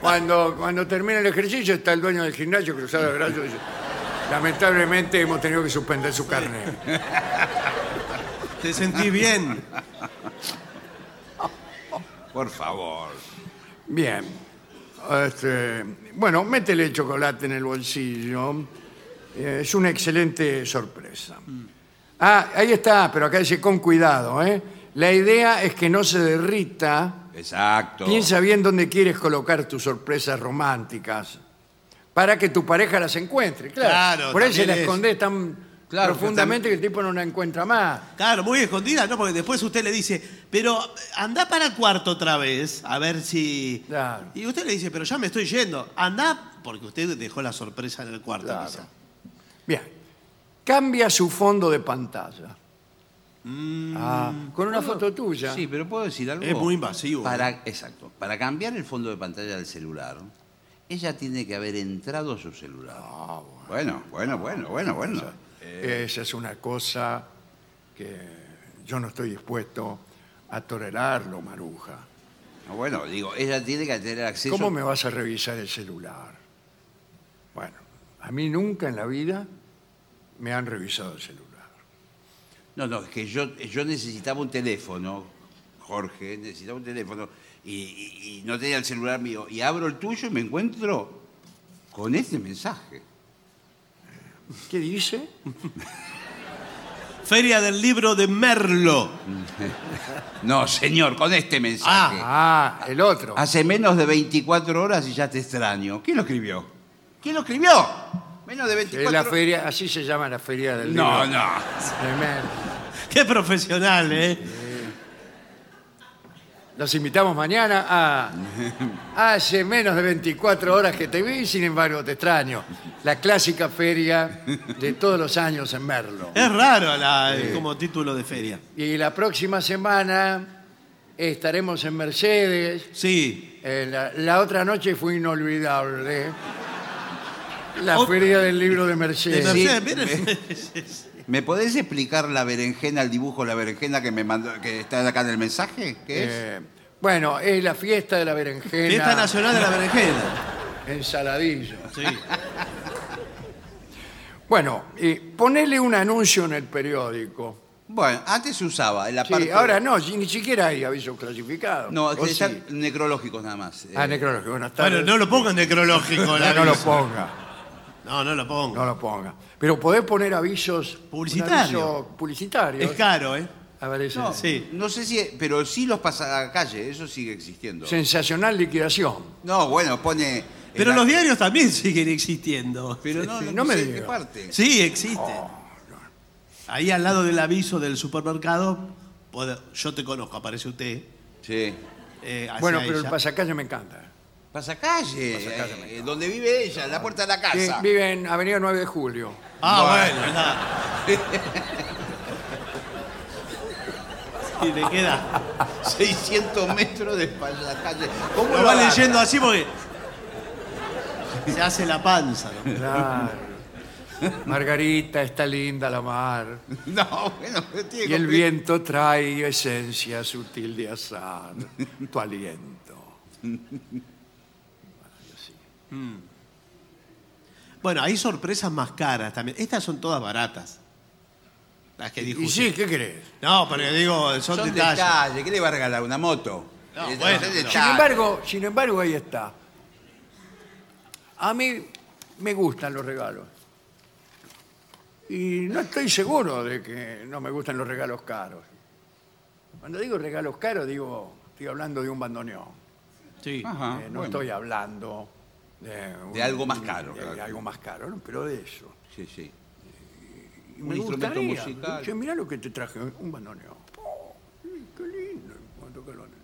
[SPEAKER 2] Cuando, cuando termina el ejercicio está el dueño del gimnasio cruzado de brazos y dice, Lamentablemente hemos tenido que suspender su carnet.
[SPEAKER 4] Te sentí bien.
[SPEAKER 3] Por favor.
[SPEAKER 2] Bien. Este, bueno, métele el chocolate en el bolsillo. Eh, Es una excelente sorpresa.
[SPEAKER 4] Mm.
[SPEAKER 2] Ah, ahí está, pero acá dice con cuidado, ¿eh? La idea es que no se derrita.
[SPEAKER 4] Oh.
[SPEAKER 3] Exacto.
[SPEAKER 2] Piensa bien dónde quieres colocar tus sorpresas románticas para que tu pareja las encuentre. Claro,
[SPEAKER 4] Claro,
[SPEAKER 2] por ahí se
[SPEAKER 4] también
[SPEAKER 2] la
[SPEAKER 4] es.
[SPEAKER 2] escondes tan
[SPEAKER 5] Claro,
[SPEAKER 2] profundamente que el tipo no la encuentra más.
[SPEAKER 4] Claro, muy escondida, ¿no? Porque después usted le dice, pero andá para el cuarto otra vez, a ver si.
[SPEAKER 2] Claro.
[SPEAKER 4] Y usted le dice, pero ya me estoy yendo. Andá, porque usted dejó la sorpresa en el cuarto,
[SPEAKER 2] Claro.
[SPEAKER 4] quizá.
[SPEAKER 2] Bien, cambia su fondo de pantalla.
[SPEAKER 4] Mm.
[SPEAKER 2] Ah, con una foto tuya.
[SPEAKER 5] Sí, pero puedo decir algo.
[SPEAKER 4] Es muy invasivo,
[SPEAKER 5] Para, Exacto. Para cambiar el fondo de pantalla del celular, ella tiene que haber entrado a su celular.
[SPEAKER 3] Bueno, bueno, bueno, bueno, bueno.
[SPEAKER 2] Eh, Esa es una cosa que yo no estoy dispuesto a tolerarlo, Maruja.
[SPEAKER 3] No, Bueno, digo,
[SPEAKER 5] Digo, ella tiene que tener acceso.
[SPEAKER 2] ¿Cómo me vas a revisar el celular? Bueno, a mí nunca en la vida me han revisado el celular.
[SPEAKER 5] No, no, es que yo, yo necesitaba un teléfono, Jorge, necesitaba un teléfono, y, y- y no tenía el celular mío. Y abro el tuyo y me encuentro con este mensaje.
[SPEAKER 2] ¿Qué dice?
[SPEAKER 4] Feria del libro de Merlo.
[SPEAKER 5] No, señor, con este mensaje.
[SPEAKER 2] Ah, el otro.
[SPEAKER 5] Hace menos de 24 horas y ya te extraño. ¿Quién lo escribió? ¿Quién lo escribió? Menos de
[SPEAKER 2] Es
[SPEAKER 5] 24
[SPEAKER 2] la feria, así se llama la feria del
[SPEAKER 5] No,
[SPEAKER 2] libro.
[SPEAKER 5] no.
[SPEAKER 2] Tremendo.
[SPEAKER 4] Qué profesional, ¿eh?
[SPEAKER 2] Los invitamos mañana a Hace menos de 24 horas que te vi, sin embargo te extraño. La clásica feria de todos los años en Merlo.
[SPEAKER 4] Es raro la- como título de feria.
[SPEAKER 2] Y la próxima semana estaremos en Mercedes.
[SPEAKER 4] Sí.
[SPEAKER 2] Eh, la, la otra noche fue inolvidable. La
[SPEAKER 4] Ot-
[SPEAKER 2] feria del libro de
[SPEAKER 4] De
[SPEAKER 2] Mercedes.
[SPEAKER 4] Mercedes, miren.
[SPEAKER 5] ¿Me podés explicar la berenjena, el dibujo de la berenjena que me mandó, que está acá en el mensaje? ¿Qué es?
[SPEAKER 2] Eh, bueno, es la fiesta de la berenjena
[SPEAKER 4] Fiesta Nacional de la Berenjena.
[SPEAKER 2] en Saladillo.
[SPEAKER 4] Sí.
[SPEAKER 2] Bueno, y ponele un anuncio en el periódico.
[SPEAKER 5] Bueno, antes se usaba en la
[SPEAKER 2] Sí,
[SPEAKER 5] parte.
[SPEAKER 2] ahora no, ni siquiera hay avisos clasificados.
[SPEAKER 5] No, es
[SPEAKER 2] ¿O
[SPEAKER 5] que están
[SPEAKER 2] sí?
[SPEAKER 5] necrológicos nada más.
[SPEAKER 2] Ah,
[SPEAKER 5] Eh,
[SPEAKER 2] necrológico. Bueno, está
[SPEAKER 4] Bueno,
[SPEAKER 2] bien.
[SPEAKER 4] no lo ponga en necrológico. la
[SPEAKER 2] Ah, No, no lo
[SPEAKER 4] aviso.
[SPEAKER 2] ponga,
[SPEAKER 4] No, no lo ponga.
[SPEAKER 2] no lo ponga. Pero podés poner avisos
[SPEAKER 4] Publicitario.
[SPEAKER 2] publicitarios. Publicitario.
[SPEAKER 4] Es caro, ¿eh?
[SPEAKER 5] no,
[SPEAKER 4] sí.
[SPEAKER 5] no sé si. Pero sí los pasacalles, eso sigue existiendo.
[SPEAKER 2] Sensacional liquidación.
[SPEAKER 5] No, bueno, pone.
[SPEAKER 4] Pero
[SPEAKER 5] en la-
[SPEAKER 4] los diarios también siguen existiendo.
[SPEAKER 5] Pero no, no,
[SPEAKER 2] no me
[SPEAKER 5] sé en
[SPEAKER 2] diga.
[SPEAKER 5] qué parte.
[SPEAKER 4] Sí, existen. Ahí al lado del aviso del supermercado, puede- yo te conozco, aparece usted.
[SPEAKER 5] Sí.
[SPEAKER 4] eh, hacia
[SPEAKER 2] Bueno, pero el
[SPEAKER 4] ella.
[SPEAKER 2] pasacalle me encanta.
[SPEAKER 5] Pasacalle, eh, donde vive ella, en la puerta de la
[SPEAKER 2] Que
[SPEAKER 5] casa.
[SPEAKER 2] vive en Avenida 9 de Julio.
[SPEAKER 4] Ah, bueno, nada. Y le queda.
[SPEAKER 5] 600 metros de pasacalle. ¿Cómo
[SPEAKER 4] Lo va
[SPEAKER 5] agarra?
[SPEAKER 4] leyendo así porque. Se hace la panza. ¿no?
[SPEAKER 2] Claro. Margarita está linda la mar
[SPEAKER 5] No, bueno, pero tiene
[SPEAKER 2] y
[SPEAKER 5] que
[SPEAKER 2] el
[SPEAKER 5] cumplir.
[SPEAKER 2] viento trae esencia sutil de azar, tu aliento.
[SPEAKER 4] Bueno, hay sorpresas más caras también. Estas son todas baratas. Las que dijo.
[SPEAKER 2] Y
[SPEAKER 4] usted.
[SPEAKER 2] sí, ¿qué crees?
[SPEAKER 4] No, pero digo, son,
[SPEAKER 5] Son
[SPEAKER 4] detalles.
[SPEAKER 5] detalles. ¿Qué le va a regalar? ¿Una moto?
[SPEAKER 4] No,
[SPEAKER 5] Eh,
[SPEAKER 4] bueno,
[SPEAKER 5] son
[SPEAKER 4] pero-
[SPEAKER 5] detalles.
[SPEAKER 2] Sin embargo, sin embargo, ahí está. A mí me gustan los regalos. Y no estoy seguro de que no me gustan los regalos caros. Cuando digo regalos caros, digo, estoy hablando de un bandoneón.
[SPEAKER 4] Sí.
[SPEAKER 2] Eh,
[SPEAKER 5] Ajá,
[SPEAKER 2] no
[SPEAKER 5] Ah, bueno.
[SPEAKER 2] estoy hablando de, un-
[SPEAKER 5] De algo más caro,
[SPEAKER 2] de,
[SPEAKER 5] claro.
[SPEAKER 2] algo más caro, ¿no? pero de eso.
[SPEAKER 5] Sí, sí.
[SPEAKER 2] Y
[SPEAKER 5] Un
[SPEAKER 2] me
[SPEAKER 5] instrumento
[SPEAKER 2] gustaría.
[SPEAKER 5] musical.
[SPEAKER 2] Che, mirá lo que te traje, un bandoneón. Oh, sí, qué lindo. voy a tocar el bandoneón.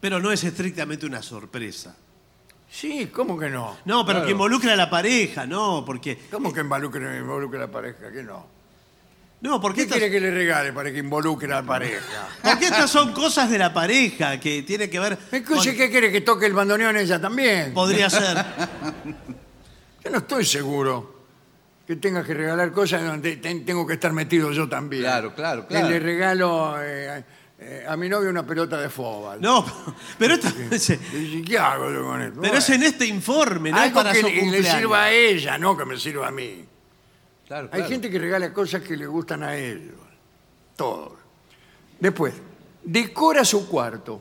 [SPEAKER 4] Pero no es estrictamente una sorpresa.
[SPEAKER 2] Sí, ¿cómo que no?
[SPEAKER 4] No, pero que involucre a la pareja, no, porque.
[SPEAKER 2] ¿Cómo que involucre, involucre a la pareja? Que no.
[SPEAKER 4] No, porque
[SPEAKER 2] ¿Qué
[SPEAKER 4] estas,
[SPEAKER 2] quiere que le regale para que involucre a la pareja?
[SPEAKER 4] porque estas son cosas de la pareja que tiene que ver.
[SPEAKER 2] Escuche,
[SPEAKER 4] con-
[SPEAKER 2] ¿qué quiere que toque el bandoneón ella también?
[SPEAKER 4] Podría ser.
[SPEAKER 2] Yo no estoy seguro que tenga que regalar cosas donde te- tengo que estar metido yo también.
[SPEAKER 5] Claro, claro,
[SPEAKER 2] Que
[SPEAKER 5] claro.
[SPEAKER 2] le regalo eh, eh, a mi novia una pelota de fútbol.
[SPEAKER 4] No, pero, esto-
[SPEAKER 2] Y dice, ¿qué hago yo con esto?
[SPEAKER 4] pero es en este informe, no es
[SPEAKER 2] Algo
[SPEAKER 4] para
[SPEAKER 2] que
[SPEAKER 4] su
[SPEAKER 2] le- le
[SPEAKER 4] cumpleaños.
[SPEAKER 2] sirva a ella, no que me sirva a mí.
[SPEAKER 5] Claro,
[SPEAKER 2] Hay
[SPEAKER 5] claro.
[SPEAKER 2] gente que regala cosas que le gustan a ellos. Todo. Después, decora su cuarto.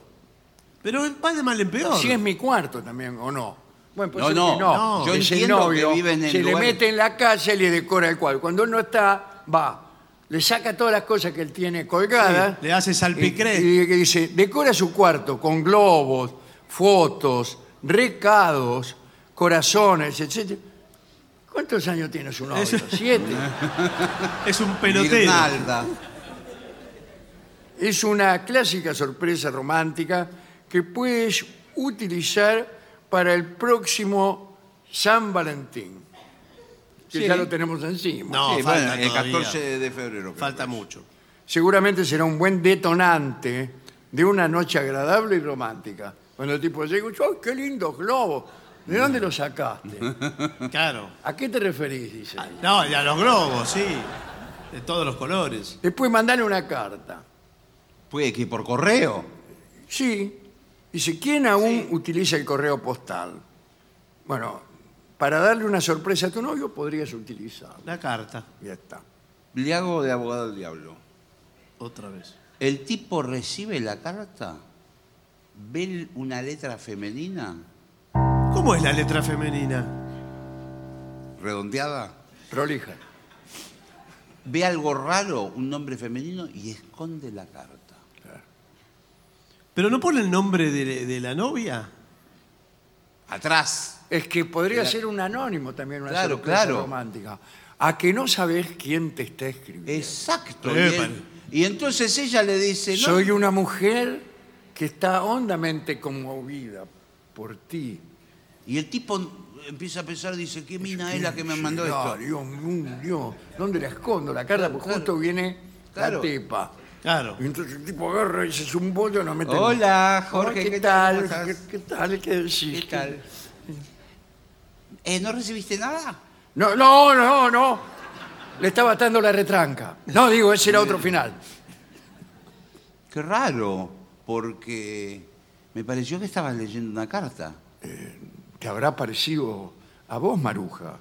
[SPEAKER 4] Pero va de mal en peor.
[SPEAKER 2] Si es mi cuarto también, o no. Bueno, pues
[SPEAKER 5] No, no,
[SPEAKER 2] no.
[SPEAKER 5] no. Yo
[SPEAKER 2] Es el
[SPEAKER 5] entiendo que
[SPEAKER 2] novio,
[SPEAKER 5] viven en
[SPEAKER 2] se le
[SPEAKER 5] lugares-
[SPEAKER 2] mete en la casa y le decora el cuarto. Cuando él no está, va, le saca todas las cosas que él tiene colgadas.
[SPEAKER 4] Sí, le hace salpicré.
[SPEAKER 2] ¿eh? Y, y dice, decora su cuarto con globos, fotos, recados, corazones, etc. ¿Cuántos años tiene su novio?
[SPEAKER 4] Eso-
[SPEAKER 2] Siete.
[SPEAKER 4] Es un pelotero.
[SPEAKER 5] Guirnalda.
[SPEAKER 2] es una clásica sorpresa romántica que puedes utilizar para el próximo San Valentín. Que
[SPEAKER 5] Sí.
[SPEAKER 2] ya lo tenemos encima.
[SPEAKER 4] No,
[SPEAKER 5] Sí,
[SPEAKER 4] falta
[SPEAKER 5] bueno, el
[SPEAKER 4] todavía.
[SPEAKER 5] 14 de febrero. creo.
[SPEAKER 4] Falta mucho.
[SPEAKER 2] Seguramente será un buen detonante de una noche agradable y romántica. Cuando el tipo llega, y dice, ¡ay, qué lindos globos! ¿De dónde los sacaste?
[SPEAKER 4] Claro.
[SPEAKER 2] ¿A qué te referís? Dice. ella.
[SPEAKER 4] No, ya los globos, sí. De todos los colores.
[SPEAKER 2] Después mandale una carta.
[SPEAKER 5] Puede que por correo.
[SPEAKER 2] Sí. Dice, ¿quién aún utiliza el correo postal? Bueno, para darle una sorpresa a tu novio podrías utilizarlo.
[SPEAKER 4] La carta,
[SPEAKER 2] Ya está.
[SPEAKER 5] Le hago de abogado del diablo.
[SPEAKER 4] otra vez.
[SPEAKER 5] El tipo recibe la carta, ve una letra femenina
[SPEAKER 4] ¿Cómo es la letra femenina?
[SPEAKER 5] redondeada,
[SPEAKER 2] Prolija.
[SPEAKER 5] ve algo raro, un nombre femenino y esconde la carta.
[SPEAKER 4] ¿Pero no pone el nombre de, de la novia?
[SPEAKER 5] Atrás.
[SPEAKER 2] Es que podría
[SPEAKER 5] Claro.
[SPEAKER 2] ser un anónimo también, una
[SPEAKER 5] Claro,
[SPEAKER 2] sorpresa
[SPEAKER 5] claro.
[SPEAKER 2] romántica. A que no sabes quién te está escribiendo.
[SPEAKER 5] Exacto. Y,
[SPEAKER 4] Epa.
[SPEAKER 5] él- y entonces ella le dice, no,
[SPEAKER 2] Soy una mujer que está hondamente conmovida por ti.
[SPEAKER 5] y el tipo empieza a pensar, dice, ¿qué mina es la que me
[SPEAKER 2] Sí,
[SPEAKER 5] mandó
[SPEAKER 2] no,
[SPEAKER 5] esto?
[SPEAKER 2] Dios, mío, Dios. ¿Dónde la escondo? La carta, porque justo viene la
[SPEAKER 5] Claro.
[SPEAKER 2] tepa.
[SPEAKER 4] Claro.
[SPEAKER 2] Y entonces el tipo agarra y se un bollo no mete. "Oh,
[SPEAKER 5] Hola, Jorge,
[SPEAKER 2] ¿qué,
[SPEAKER 5] ¿qué
[SPEAKER 2] tal?
[SPEAKER 5] tal? ¿Cómo
[SPEAKER 2] ¿Qué,
[SPEAKER 5] estás?
[SPEAKER 2] qué tal? ¿Qué decís?
[SPEAKER 5] ¿Qué tal? Eh, ¿No recibiste nada?
[SPEAKER 2] No, no, no, no. Le estaba atando la retranca. No, digo, ese era otro final.
[SPEAKER 5] Qué raro, porque me pareció que estabas leyendo una carta.
[SPEAKER 2] ¿Te habrá parecido a vos, Maruja?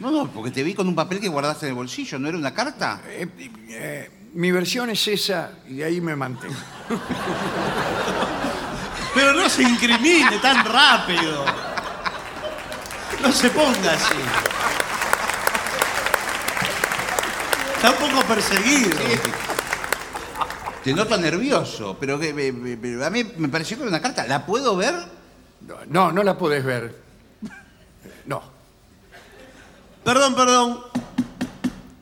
[SPEAKER 5] No, no, porque te vi con un papel que guardaste en el bolsillo, ¿no era una carta?
[SPEAKER 2] Eh, eh, mi versión es esa y ahí me mantengo.
[SPEAKER 4] Pero no se incrimine tan rápido. No se ponga así. Tampoco perseguido.
[SPEAKER 5] Te noto nervioso, pero que, me- me- me- a mí me pareció que era una carta. ¿La puedo ver?
[SPEAKER 2] No, no la podés ver. No.
[SPEAKER 4] Perdón, perdón.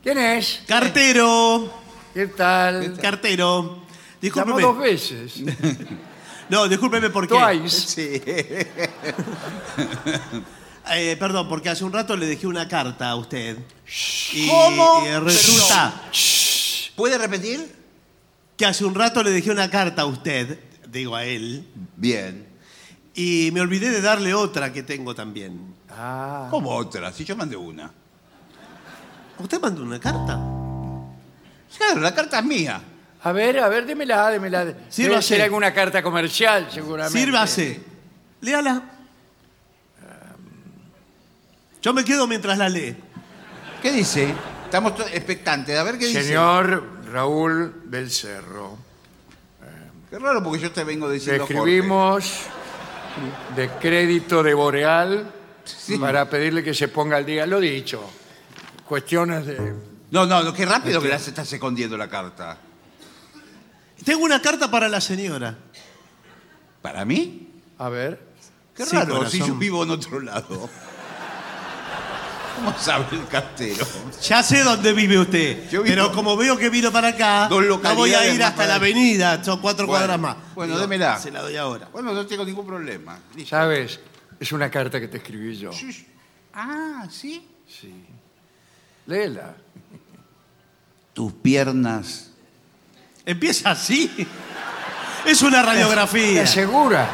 [SPEAKER 2] ¿Quién es?
[SPEAKER 4] Cartero.
[SPEAKER 2] ¿Qué tal?
[SPEAKER 4] Cartero.
[SPEAKER 2] Llamó dos
[SPEAKER 4] Discúlpeme.
[SPEAKER 2] veces.
[SPEAKER 4] No, discúlpeme porque.
[SPEAKER 2] Twice.
[SPEAKER 5] Sí.
[SPEAKER 4] Eh, perdón, porque hace un rato le dejé una carta a usted. Y,
[SPEAKER 5] ¿Cómo?
[SPEAKER 4] y resulta
[SPEAKER 5] ¿Puede repetir?
[SPEAKER 4] que hace un rato le dejé una carta a usted, digo a él,
[SPEAKER 5] Bien.
[SPEAKER 4] y me olvidé de darle otra que tengo también.
[SPEAKER 2] Ah,
[SPEAKER 5] ¿Cómo otra? Si yo mandé una.
[SPEAKER 4] ¿Usted mandó una carta?
[SPEAKER 5] Claro, la carta es mía.
[SPEAKER 2] a ver, a ver, démela, démela. Debe
[SPEAKER 4] Sírvase.
[SPEAKER 2] ser alguna carta comercial, seguramente.
[SPEAKER 4] Sírvase. Léala. Yo me quedo mientras la lee.
[SPEAKER 5] ¿Qué dice? Estamos to- expectantes a ver qué
[SPEAKER 2] Señor Raúl del Cerro,
[SPEAKER 5] dice. Qué raro porque yo te vengo
[SPEAKER 2] le
[SPEAKER 5] diciendo
[SPEAKER 2] escribimos de crédito de Boreal para pedirle que se ponga al día. Lo dicho, cuestiones de...
[SPEAKER 5] Jorge. No, no, no, qué
[SPEAKER 2] Este-
[SPEAKER 5] rápido que la estás escondiendo la carta.
[SPEAKER 4] Tengo una carta para la señora.
[SPEAKER 5] ¿Para mí?
[SPEAKER 2] A ver,
[SPEAKER 5] Qué
[SPEAKER 4] Sí,
[SPEAKER 5] raro,
[SPEAKER 4] corazón.
[SPEAKER 5] si yo vivo en otro lado. ¿Cómo sabe el cartero?
[SPEAKER 4] Ya sé dónde vive usted,
[SPEAKER 5] Yo vivo-
[SPEAKER 4] pero como veo que vino para acá,
[SPEAKER 5] Dos
[SPEAKER 4] no voy a
[SPEAKER 5] localidades
[SPEAKER 4] ir
[SPEAKER 5] más
[SPEAKER 4] hasta la
[SPEAKER 5] para-
[SPEAKER 4] avenida, son cuatro
[SPEAKER 5] Bueno,
[SPEAKER 4] cuadras más.
[SPEAKER 5] bueno,
[SPEAKER 4] Digo,
[SPEAKER 5] démela.
[SPEAKER 4] Se la doy ahora.
[SPEAKER 5] Bueno, no tengo ningún problema. Listo.
[SPEAKER 2] ¿sabes? Es una carta que te escribí yo.
[SPEAKER 5] Ah, ¿sí?
[SPEAKER 2] Sí. Léela.
[SPEAKER 5] Tus piernas
[SPEAKER 4] Empieza así. Es una
[SPEAKER 2] ¿Te
[SPEAKER 4] radiografía.
[SPEAKER 2] asegura?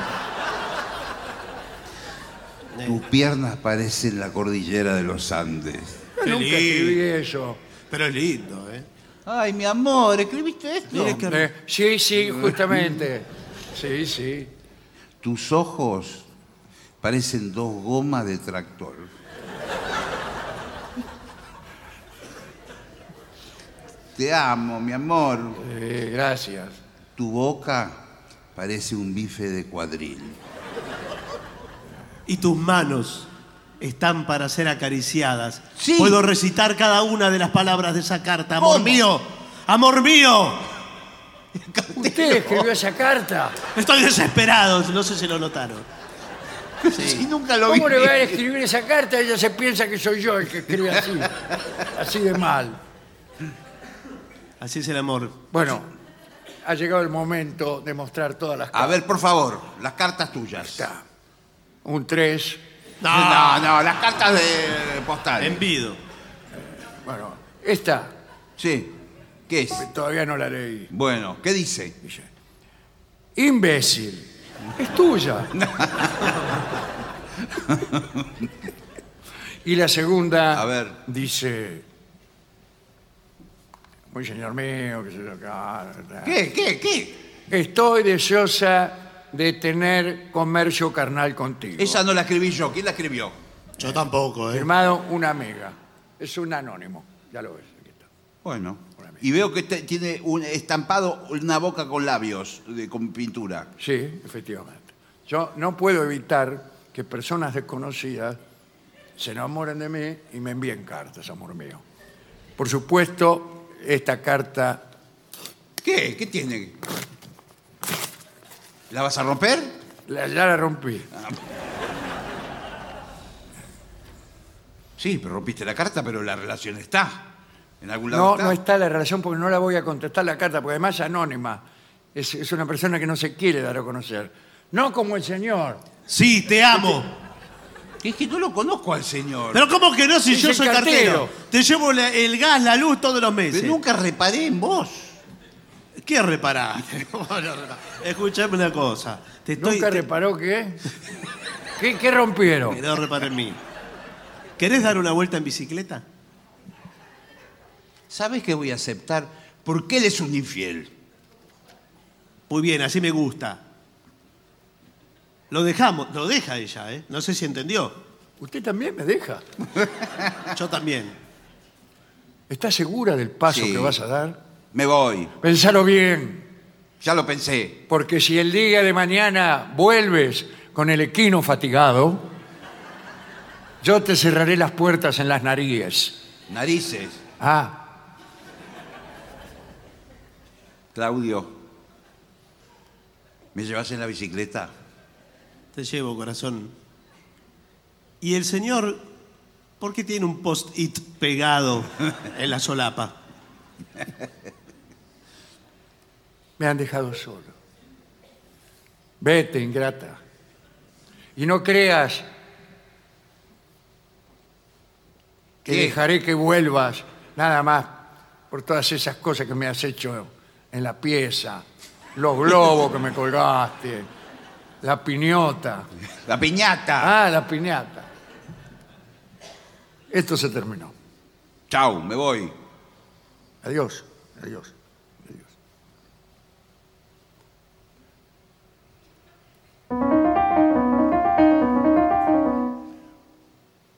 [SPEAKER 5] Tus piernas parecen la cordillera de los Andes.
[SPEAKER 2] Yo nunca
[SPEAKER 4] lindo.
[SPEAKER 2] escribí eso.
[SPEAKER 4] Pero es lindo, ¿eh?
[SPEAKER 5] Ay, mi amor, ¿escribiste esto?
[SPEAKER 4] Mire que-
[SPEAKER 2] Eh, sí, sí, justamente. Sí, sí.
[SPEAKER 5] Tus ojos parecen dos gomas de tractor. Te amo, mi amor.
[SPEAKER 2] Eh, gracias.
[SPEAKER 5] Tu boca parece un bife de cuadril.
[SPEAKER 4] Y tus manos están para ser acariciadas.
[SPEAKER 6] Sí.
[SPEAKER 4] Puedo recitar cada una de las palabras de esa carta. Amor
[SPEAKER 6] ¿Cómo?
[SPEAKER 4] mío, amor mío.
[SPEAKER 2] ¿Usted escribió esa carta?
[SPEAKER 4] Estoy desesperado, no sé si lo notaron.
[SPEAKER 6] Si nunca lo vi.
[SPEAKER 2] ¿Cómo le va a escribir esa carta? Ella se piensa que soy yo el que escribe así. Así de mal.
[SPEAKER 4] Así es el amor.
[SPEAKER 2] Bueno, ha llegado el momento de mostrar todas las
[SPEAKER 5] A
[SPEAKER 2] cartas.
[SPEAKER 5] ver, por favor, las cartas tuyas.
[SPEAKER 2] Un 3.
[SPEAKER 5] No, no, las cartas de
[SPEAKER 2] Em.
[SPEAKER 5] postal.
[SPEAKER 4] Envido.
[SPEAKER 2] Bueno, esta
[SPEAKER 5] Sí. ¿Qué es?
[SPEAKER 2] todavía no la leí.
[SPEAKER 5] Bueno, ¿qué dice?
[SPEAKER 2] Imbécil. Es tuya. y la segunda
[SPEAKER 5] A ver.
[SPEAKER 2] dice. Muy señor mío, que se lo carta.
[SPEAKER 5] ¿Qué, qué, qué?
[SPEAKER 2] Estoy deseosa de tener comercio carnal contigo.
[SPEAKER 5] Esa no la escribí yo. ¿Quién la escribió?
[SPEAKER 4] Yo tampoco, ¿eh?
[SPEAKER 2] Firmado una amiga. Es un anónimo. Ya lo ves. aquí está.
[SPEAKER 5] Bueno. Y veo que te- tiene un estampado una boca con labios, de- con pintura.
[SPEAKER 2] Sí, efectivamente. Yo no puedo evitar que personas desconocidas se enamoren de mí y me envíen cartas, amor mío. Por supuesto, esta carta
[SPEAKER 5] ¿Qué? ¿Qué tiene? ¿La vas a romper?
[SPEAKER 2] la- ya la rompí.
[SPEAKER 5] Sí, pero rompiste la carta, pero la relación está. En algún lado
[SPEAKER 2] No,
[SPEAKER 5] está.
[SPEAKER 2] no está la relación porque no la voy a contestar la carta, porque además es anónima. Es, es una persona que no se quiere dar a conocer. No como el señor.
[SPEAKER 4] Sí, te amo.
[SPEAKER 5] Es que no lo conozco al señor.
[SPEAKER 4] Pero ¿cómo que no si
[SPEAKER 2] Es
[SPEAKER 4] yo
[SPEAKER 2] el
[SPEAKER 4] soy cartero?
[SPEAKER 2] cartero.
[SPEAKER 4] Te llevo la- el gas, la luz todos los meses.
[SPEAKER 5] Pero nunca reparé en vos.
[SPEAKER 4] ¿Qué reparás? Bueno, no, no. Escuchame una cosa. Te estoy,
[SPEAKER 2] ¿Nunca
[SPEAKER 4] te-
[SPEAKER 2] reparó que ¿Qué, qué rompieron?
[SPEAKER 4] No reparé en mí. ¿Querés dar una vuelta en bicicleta?
[SPEAKER 5] ¿Sabes qué voy a aceptar? Porque él es un infiel.
[SPEAKER 4] Muy bien, así me gusta. Lo dejamos, lo deja ella, ¿eh? No sé si entendió.
[SPEAKER 2] ¿Usted también me deja?
[SPEAKER 4] Yo también.
[SPEAKER 2] ¿Estás segura del paso
[SPEAKER 5] Sí.
[SPEAKER 2] que vas a dar?
[SPEAKER 5] Me voy.
[SPEAKER 2] Pensalo bien.
[SPEAKER 5] Ya lo pensé.
[SPEAKER 2] Porque si el día de mañana vuelves con el equino fatigado, yo te cerraré las puertas en las narices.
[SPEAKER 5] Narices.
[SPEAKER 2] Ah,
[SPEAKER 5] Claudio. ¿Me llevas en la bicicleta?
[SPEAKER 4] Te llevo, corazón. Y el señor, ¿por qué tiene un post-it pegado en la solapa?
[SPEAKER 2] me han dejado solo. Vete, ingrata. Y no creas que
[SPEAKER 5] ¿Qué?
[SPEAKER 2] dejaré que vuelvas nada más por todas esas cosas que me has hecho en la pieza, los globos que me colgaste, la piñota.
[SPEAKER 5] La piñata.
[SPEAKER 2] Ah, la piñata. Esto se terminó.
[SPEAKER 5] Chau, me voy.
[SPEAKER 2] Adiós, adiós, adiós.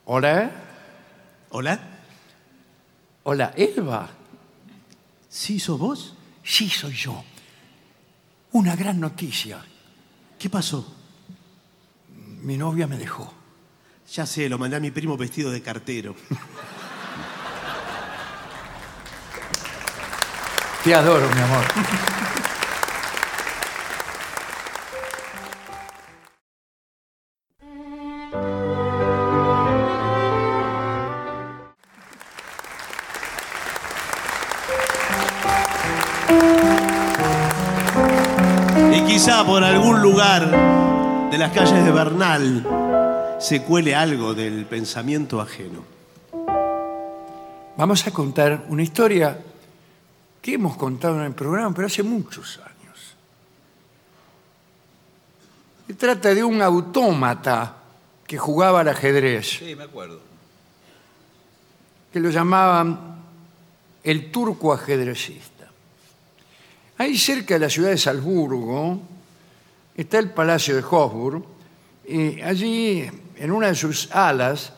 [SPEAKER 2] Hola,
[SPEAKER 4] ¿Hola?
[SPEAKER 2] hola, Elba.
[SPEAKER 4] ¿Sí, sos vos?
[SPEAKER 2] Sí, soy yo. Una gran noticia.
[SPEAKER 4] ¿Qué pasó?
[SPEAKER 2] Mi novia me dejó.
[SPEAKER 4] Ya sé, lo mandé a mi primo vestido de cartero.
[SPEAKER 2] Te adoro, mi amor.
[SPEAKER 4] Y quizá por algún lugar de las calles de Bernal se cuele algo del pensamiento ajeno.
[SPEAKER 2] Vamos a contar una historia que hemos contado en el programa, pero hace muchos años. Se trata de un autómata que jugaba al ajedrez,
[SPEAKER 5] Sí, me acuerdo.
[SPEAKER 2] que lo llamaban el turco ajedrecista. Ahí cerca de la ciudad de Salzburgo está el Palacio de Hofburg y allí, en una de sus alas,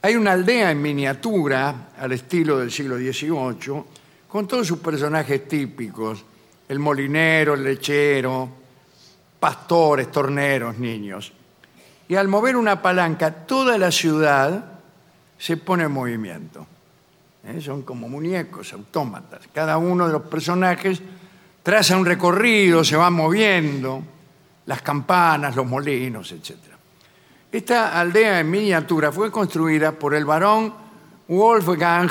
[SPEAKER 2] hay una aldea en miniatura al estilo del siglo XVIII con todos sus personajes típicos, el molinero, el lechero, pastores, torneros, niños. Y al mover una palanca, toda la ciudad se pone en movimiento. ¿eh? Son como muñecos, autómatas. Cada uno de los personajes traza un recorrido, se va moviendo, las campanas, los molinos, etc. Esta aldea en miniatura fue construida por el barón Wolfgang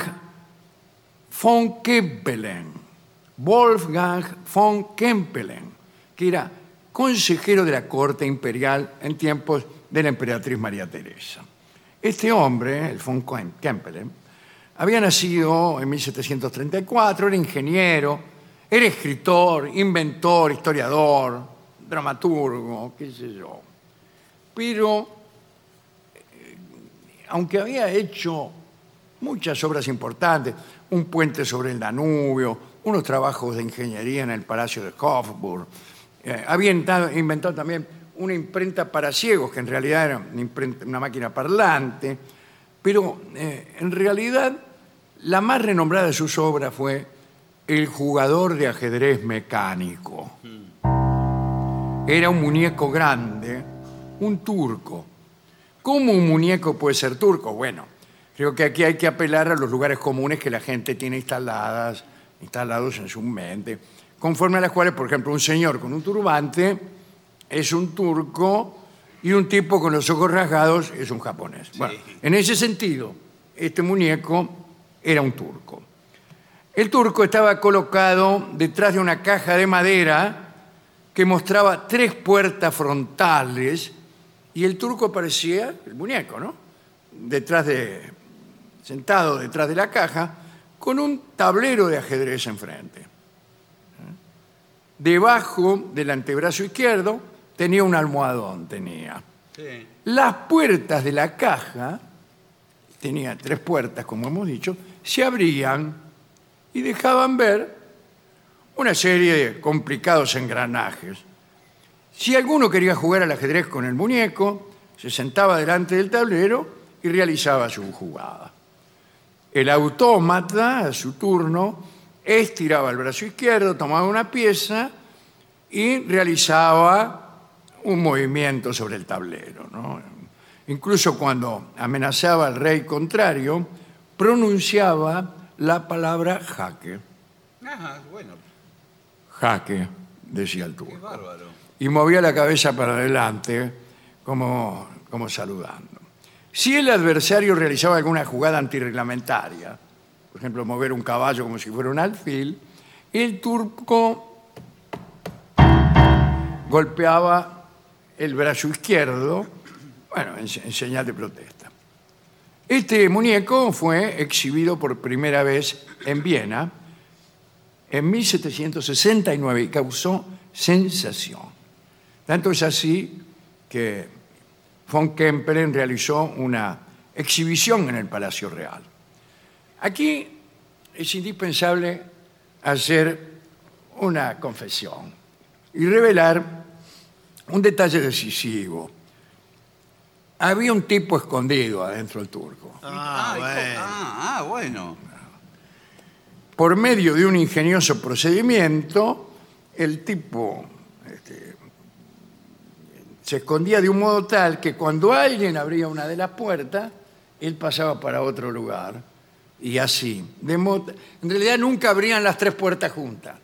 [SPEAKER 2] von Kempelen. Wolfgang von Kempelen, que era consejero de la corte imperial en tiempos de la emperatriz María Teresa. Este hombre, el von Kem- Kempelen, había nacido en 1734, era ingeniero, era escritor, inventor, historiador, dramaturgo, qué sé yo. Pero, eh, aunque había hecho muchas obras importantes, un puente sobre el Danubio, unos trabajos de ingeniería en el Palacio de Hofburg, eh, había inventado, inventado también una imprenta para ciegos, que en realidad era una, imprenta- una máquina parlante, pero eh, en realidad la más renombrada de sus obras fue El jugador de ajedrez mecánico. Era un muñeco grande, un turco. ¿Cómo un muñeco puede ser turco? Bueno, creo que aquí hay que apelar a los lugares comunes que la gente tiene instaladas, instalados en su mente, conforme a las cuales, por ejemplo, un señor con un turbante es un turco y un tipo con los ojos rasgados es un japonés. Bueno, en ese sentido, este muñeco era un turco. El turco estaba colocado detrás de una caja de madera que mostraba tres puertas frontales y el turco parecía el muñeco, ¿no? Detrás de sentado detrás de la caja con un tablero de ajedrez enfrente. Debajo del antebrazo izquierdo tenía un almohadón tenía. Las puertas de la caja tenía tres puertas, como hemos dicho, se abrían y dejaban ver una serie de complicados engranajes. Si alguno quería jugar al ajedrez con el muñeco, se sentaba delante del tablero y realizaba su jugada. El autómata, a su turno, estiraba el brazo izquierdo, tomaba una pieza y realizaba un movimiento sobre el tablero. ¿no? Incluso cuando amenazaba al rey contrario, pronunciaba la palabra jaque.
[SPEAKER 5] Ah, bueno,
[SPEAKER 2] Jaque, decía el turco.
[SPEAKER 5] bárbaro.
[SPEAKER 2] y movía la cabeza para adelante como, como saludando. Si el adversario realizaba alguna jugada antirreglamentaria, por ejemplo, mover un caballo como si fuera un alfil, el turco golpeaba el brazo izquierdo, bueno, en, se- en señal de protesta. Este muñeco fue exhibido por primera vez en Viena en 1769 y causó sensación. Tanto es así que von Kempelen realizó una exhibición en el Palacio Real. Aquí es indispensable hacer una confesión y revelar un detalle decisivo. Había un tipo escondido adentro del turco.
[SPEAKER 4] Ah, bueno.
[SPEAKER 5] Ah, ah, bueno.
[SPEAKER 2] por medio de un ingenioso procedimiento, el tipo este, se escondía de un modo tal que cuando alguien abría una de las puertas, él pasaba para otro lugar. Y así. De mo- en realidad nunca abrían las tres puertas juntas.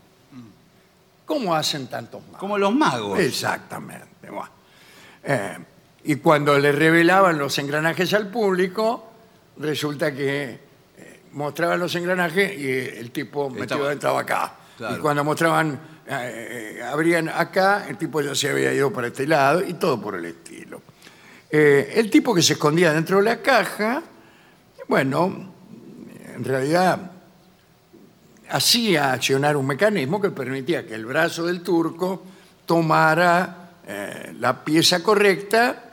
[SPEAKER 2] ¿Cómo hacen tantos más?
[SPEAKER 5] Como los magos.
[SPEAKER 2] Exactamente. bueno. Eh, y cuando le revelaban los engranajes al público, resulta que eh, mostraban los engranajes y eh, el tipo metido entraba acá.
[SPEAKER 5] Claro.
[SPEAKER 2] Y cuando mostraban, eh, eh, abrían acá, el tipo ya se había ido para este lado y todo por el estilo. Eh, el tipo que se escondía dentro de la caja, bueno, en realidad hacía accionar un mecanismo que permitía que el brazo del turco tomara eh, la pieza correcta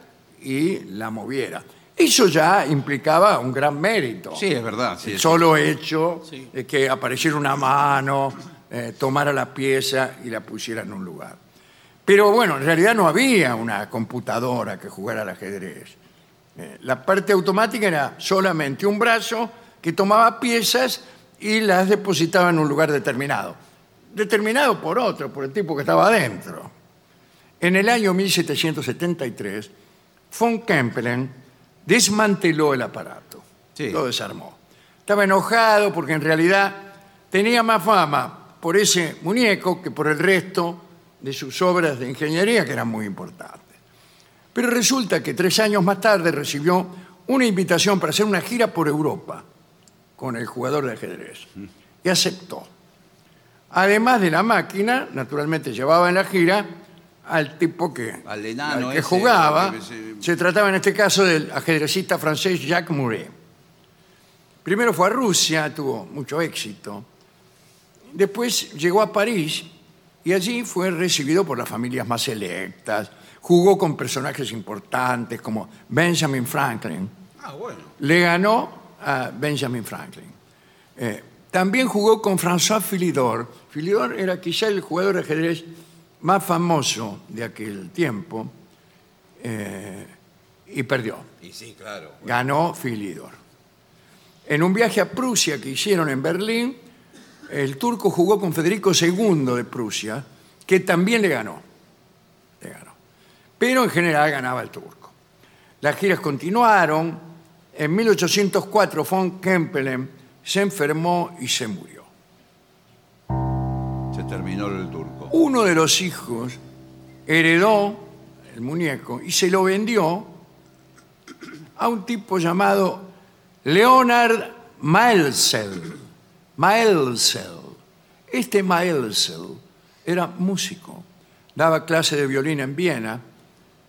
[SPEAKER 2] y la moviera. Eso ya implicaba un gran mérito.
[SPEAKER 5] Sí, es verdad. sí,
[SPEAKER 2] el
[SPEAKER 5] sí.
[SPEAKER 2] solo hecho
[SPEAKER 4] Sí.
[SPEAKER 2] de que apareciera una mano, eh, tomara la pieza y la pusiera en un lugar. Pero bueno, en realidad no había una computadora que jugara al ajedrez. Eh, la parte automática era solamente un brazo que tomaba piezas y las depositaba en un lugar determinado. Determinado por otro, por el tipo que estaba adentro. En el año 1773, von Kempelen desmanteló el aparato.
[SPEAKER 5] Sí.
[SPEAKER 2] Lo desarmó. Estaba enojado porque en realidad tenía más fama por ese muñeco que por el resto de sus obras de ingeniería que eran muy importantes. Pero resulta que tres años más tarde recibió una invitación para hacer una gira por Europa con el jugador de ajedrez y aceptó. Además de la máquina, naturalmente llevaba en la gira al tipo que,
[SPEAKER 5] Al enano
[SPEAKER 2] al que
[SPEAKER 5] ese,
[SPEAKER 2] jugaba.
[SPEAKER 5] que se-
[SPEAKER 2] Se trataba en este caso del ajedrecista francés Jacques Mouret. Primero fue a Rusia, tuvo mucho éxito. Después llegó a París y allí fue recibido por las familias más selectas. Jugó con personajes importantes como Benjamin Franklin.
[SPEAKER 5] Ah, bueno.
[SPEAKER 2] Le ganó a Benjamin Franklin. Eh, también jugó con François Philidor. Philidor era quizá el jugador de ajedrez más famoso de aquel tiempo eh, y perdió
[SPEAKER 5] Y sí, claro.
[SPEAKER 2] ganó Philidor. En un viaje a Prusia que hicieron en Berlín, el turco jugó con Federico II de Prusia, que también le ganó. Le ganó. Pero en general ganaba el turco. Las giras continuaron. En 1804 von Kempelen se enfermó y se murió.
[SPEAKER 5] Se terminó el turco.
[SPEAKER 2] Uno de los hijos heredó el muñeco y se lo vendió a un tipo llamado Leonard Maelzel. Maelzel. Este Maelzel era músico, daba clase de violín en Viena,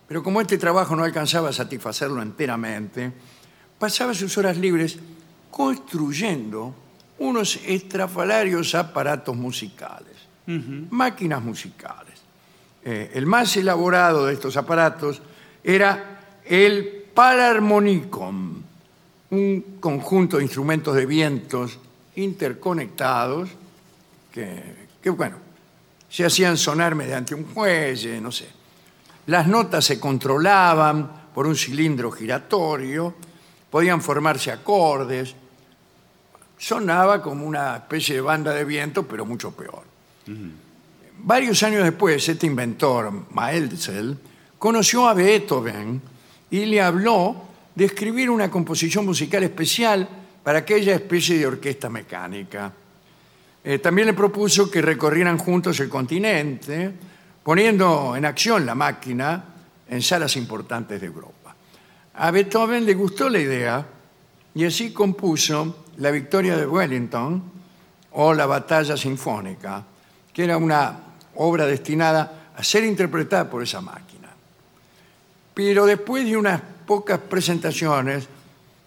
[SPEAKER 2] pero como este trabajo no alcanzaba a satisfacerlo enteramente, pasaba sus horas libres construyendo unos estrafalarios aparatos musicales, máquinas musicales. Eh, el más elaborado de estos aparatos era el Palarmonicon, un conjunto de instrumentos de vientos interconectados que, que, bueno, se hacían sonar mediante un fuelle, no sé. Las notas se controlaban por un cilindro giratorio, podían formarse acordes, sonaba como una especie de banda de viento, pero mucho peor. Varios años después, este inventor, Maelzel, conoció a Beethoven y le habló de escribir una composición musical especial para aquella especie de orquesta mecánica. Eh, también le propuso que recorrieran juntos el continente, poniendo en acción la máquina en salas importantes de Europa. A Beethoven le gustó la idea y así compuso La Victoria de Wellington o La Batalla Sinfónica, que era una obra destinada a ser interpretada por esa máquina. Pero después de unas pocas presentaciones,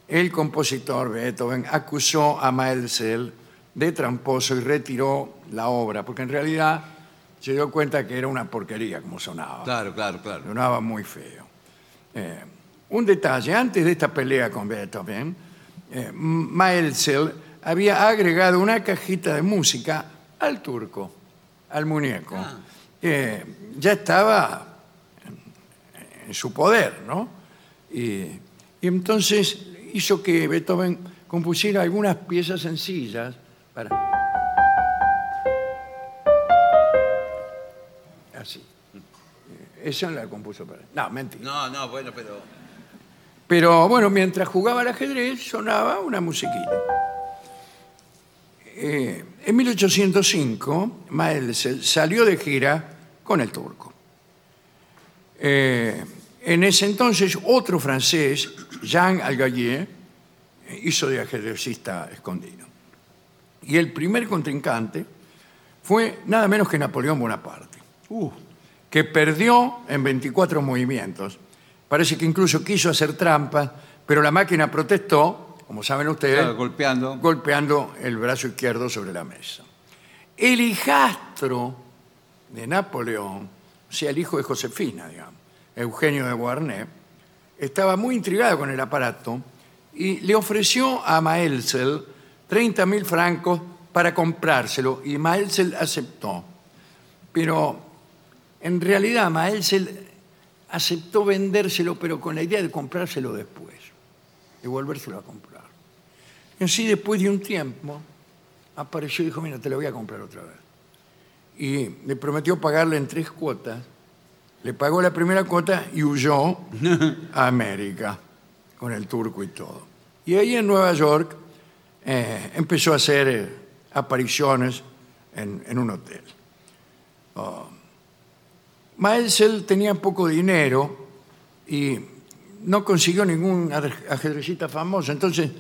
[SPEAKER 2] el compositor Beethoven acusó a Maelzel de tramposo y retiró la obra, porque en realidad se dio cuenta que era una porquería como sonaba.
[SPEAKER 5] Claro, claro, claro.
[SPEAKER 2] Sonaba muy feo. Eh, un detalle, antes de esta pelea con Beethoven, eh, Maelzel había agregado una cajita de música al turco, al muñeco. Eh, ya estaba en su poder, ¿no? Y, y Eh, entonces hizo que Beethoven compusiera algunas piezas sencillas para... Así. Esa la compuso para... No, mentira.
[SPEAKER 5] No, no, bueno, pero.
[SPEAKER 2] Pero bueno, mientras jugaba al ajedrez sonaba una musiquita. Eh, en 1805, Maelzel salió de gira con el turco. Eh, en ese entonces, otro francés, Jean Algalier, eh, hizo de ajedrecista escondido. Y el primer contrincante fue nada menos que Napoleón Bonaparte que perdió en 24 movimientos. Parece que incluso quiso hacer trampas, pero la máquina protestó, como saben ustedes,
[SPEAKER 5] Claro, golpeando.
[SPEAKER 2] golpeando el brazo izquierdo sobre la mesa. El hijastro de Napoleón, o sea, el hijo de Josefina, digamos, Eugenio de Guarnet, estaba muy intrigado con el aparato y le ofreció a Maelzel 30 mil francos para comprárselo y Maelzel aceptó. Pero en realidad Maelzel aceptó vendérselo, pero con la idea de comprárselo después, de volvérselo a comprar. Y así después de un tiempo apareció y dijo, mira, te lo voy a comprar otra vez. Y le prometió pagarle en tres cuotas. Le pagó la primera cuota y huyó a América con el turco y todo. Y ahí en Nueva York eh, empezó a hacer eh, apariciones en, en un hotel. Oh. Maelzel tenía poco dinero y no consiguió ningún adre- ajedrecista famoso. Entonces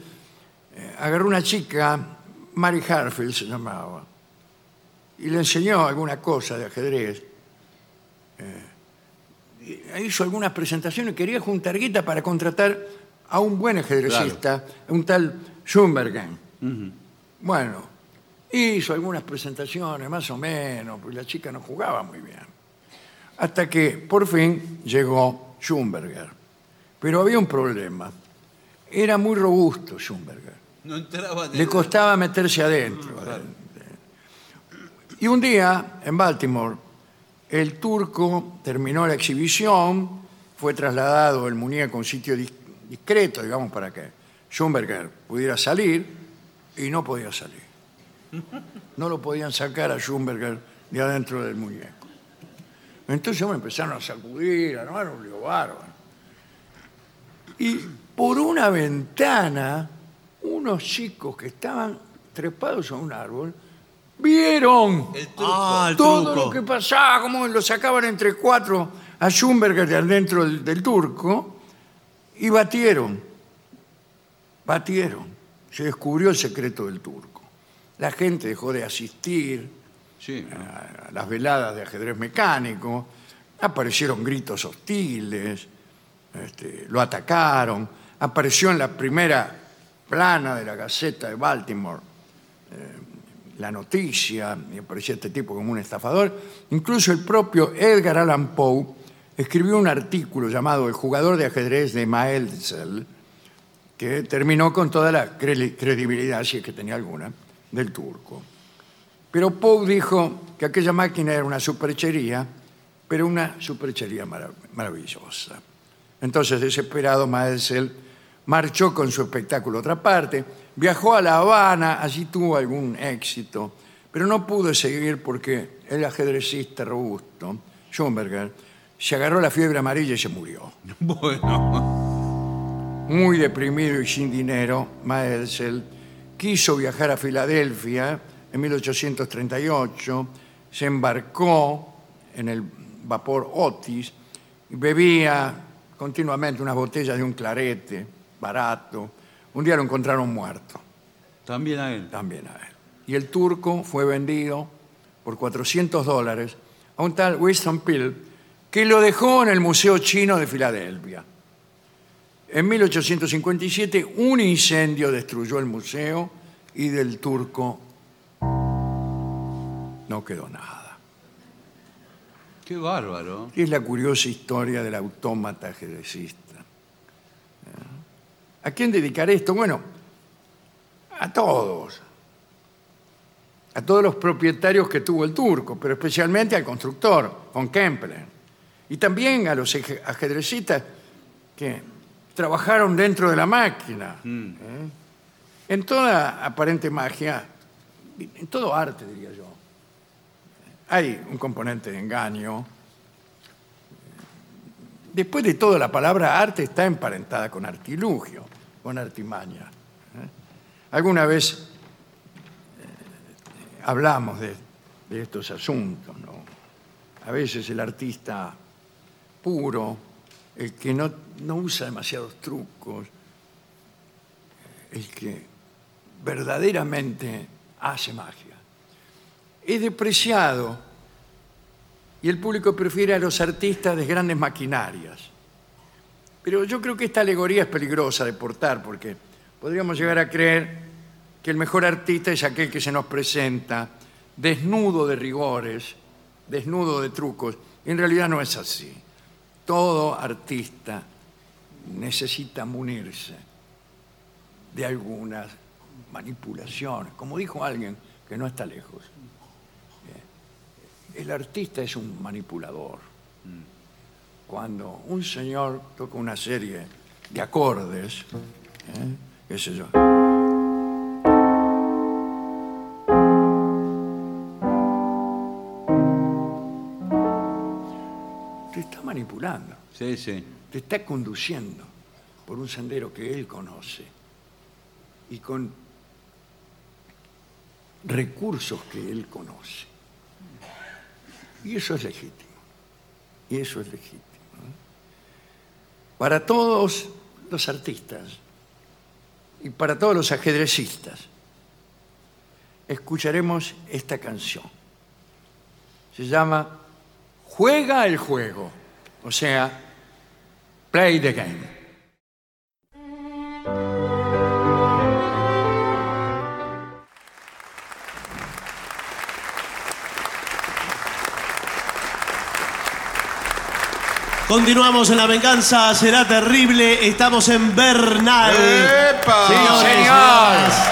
[SPEAKER 2] eh, agarró una chica, Mary Harfield se llamaba, y le enseñó alguna cosa de ajedrez. Eh, y hizo algunas presentaciones, quería juntar guita para contratar a un buen ajedrecista, un tal Schumbergen. Bueno, hizo algunas presentaciones, más o menos, pues la chica no jugaba muy bien hasta que por fin llegó Schumberger. Pero había un problema. Era muy robusto Schumberger.
[SPEAKER 5] No entraba
[SPEAKER 2] Le costaba meterse adentro. Y un día, en Baltimore, el turco terminó la exhibición, fue trasladado el muñeco a un sitio dis- discreto, digamos, para que Schumberger pudiera salir, y no podía salir. No lo podían sacar a Schumberger de adentro del muñeco. Entonces me empezaron a sacudir, a armar un lío bárbaro. Y por una ventana, unos chicos que estaban trepados a un árbol vieron
[SPEAKER 4] Ah, el
[SPEAKER 2] todo
[SPEAKER 4] truco.
[SPEAKER 2] lo que pasaba, cómo lo sacaban entre cuatro a Schumberger de adentro del, del turco y batieron. Batieron. Se descubrió el secreto del turco. La gente dejó de asistir
[SPEAKER 3] Sí.
[SPEAKER 2] a las veladas de ajedrez mecánico, aparecieron gritos hostiles, este, lo atacaron, apareció en la primera plana de la Gaceta de Baltimore eh, la noticia, y aparecía este tipo como un estafador. Incluso el propio Edgar Allan Poe escribió un artículo llamado El jugador de ajedrez de Maelzel, que terminó con toda la cre- credibilidad, si es que tenía alguna, del turco. Pero Poe dijo que aquella máquina era una superchería, pero una superchería marav- maravillosa. Entonces, desesperado, Maelzel marchó con su espectáculo a otra parte, viajó a La Habana, allí tuvo algún éxito, pero no pudo seguir porque el ajedrecista robusto, Schumberger, se agarró la fiebre amarilla y se murió.
[SPEAKER 3] Bueno.
[SPEAKER 2] Muy deprimido y sin dinero, Maelzel quiso viajar a Filadelfia en 1838, se embarcó en el vapor Otis, bebía continuamente unas botellas de un clarete barato. Un día lo encontraron muerto
[SPEAKER 3] También a él.
[SPEAKER 2] también a él. Y el turco fue vendido por 400 dólares a un tal Winston Peel, que lo dejó en el Museo Chino de Filadelfia. En 1857 un incendio destruyó el museo y del turco no quedó nada.
[SPEAKER 5] Qué bárbaro.
[SPEAKER 2] Y es la curiosa historia del autómata ajedrecista. ¿A quién dedicaré esto? Bueno, a todos. A todos los propietarios que tuvo el turco, pero especialmente al constructor, von Kempelen. Y también a los eje- ajedrecistas que trabajaron dentro de la máquina. ¿eh? En toda aparente magia, en todo arte, diría yo, hay un componente de engaño, Después de todo, la palabra arte está emparentada con artilugio, con artimaña. ¿eh? Alguna vez eh, hablamos de, de estos asuntos. ¿no? A veces el artista puro, el que no, no usa demasiados trucos, el que verdaderamente hace magia, es depreciado y el público prefiere a los artistas de grandes maquinarias. Pero yo creo que esta alegoría es peligrosa de portar porque podríamos llegar a creer que el mejor artista es aquel que se nos presenta desnudo de rigores, desnudo de trucos. Y en realidad no es así. Todo artista necesitan munirse de algunas manipulaciones. Como dijo alguien que no está lejos, eh, el artista es un manipulador. Cuando un señor toca una serie de acordes, ¿eh? qué sé yo. Te está manipulando
[SPEAKER 3] Sí, sí.
[SPEAKER 2] te está conduciendo por un sendero que él conoce y con recursos que él conoce. Y eso es legítimo. Y eso es legítimo. ¿no? Para todos los artistas y para todos los ajedrecistas, escucharemos esta canción. Se llama Juega el juego. O sea, Play the game.
[SPEAKER 4] Continuamos en la venganza, será terrible. Estamos en Bernal.
[SPEAKER 6] ¡Epa!
[SPEAKER 4] Señores,
[SPEAKER 2] señor!
[SPEAKER 4] señoras.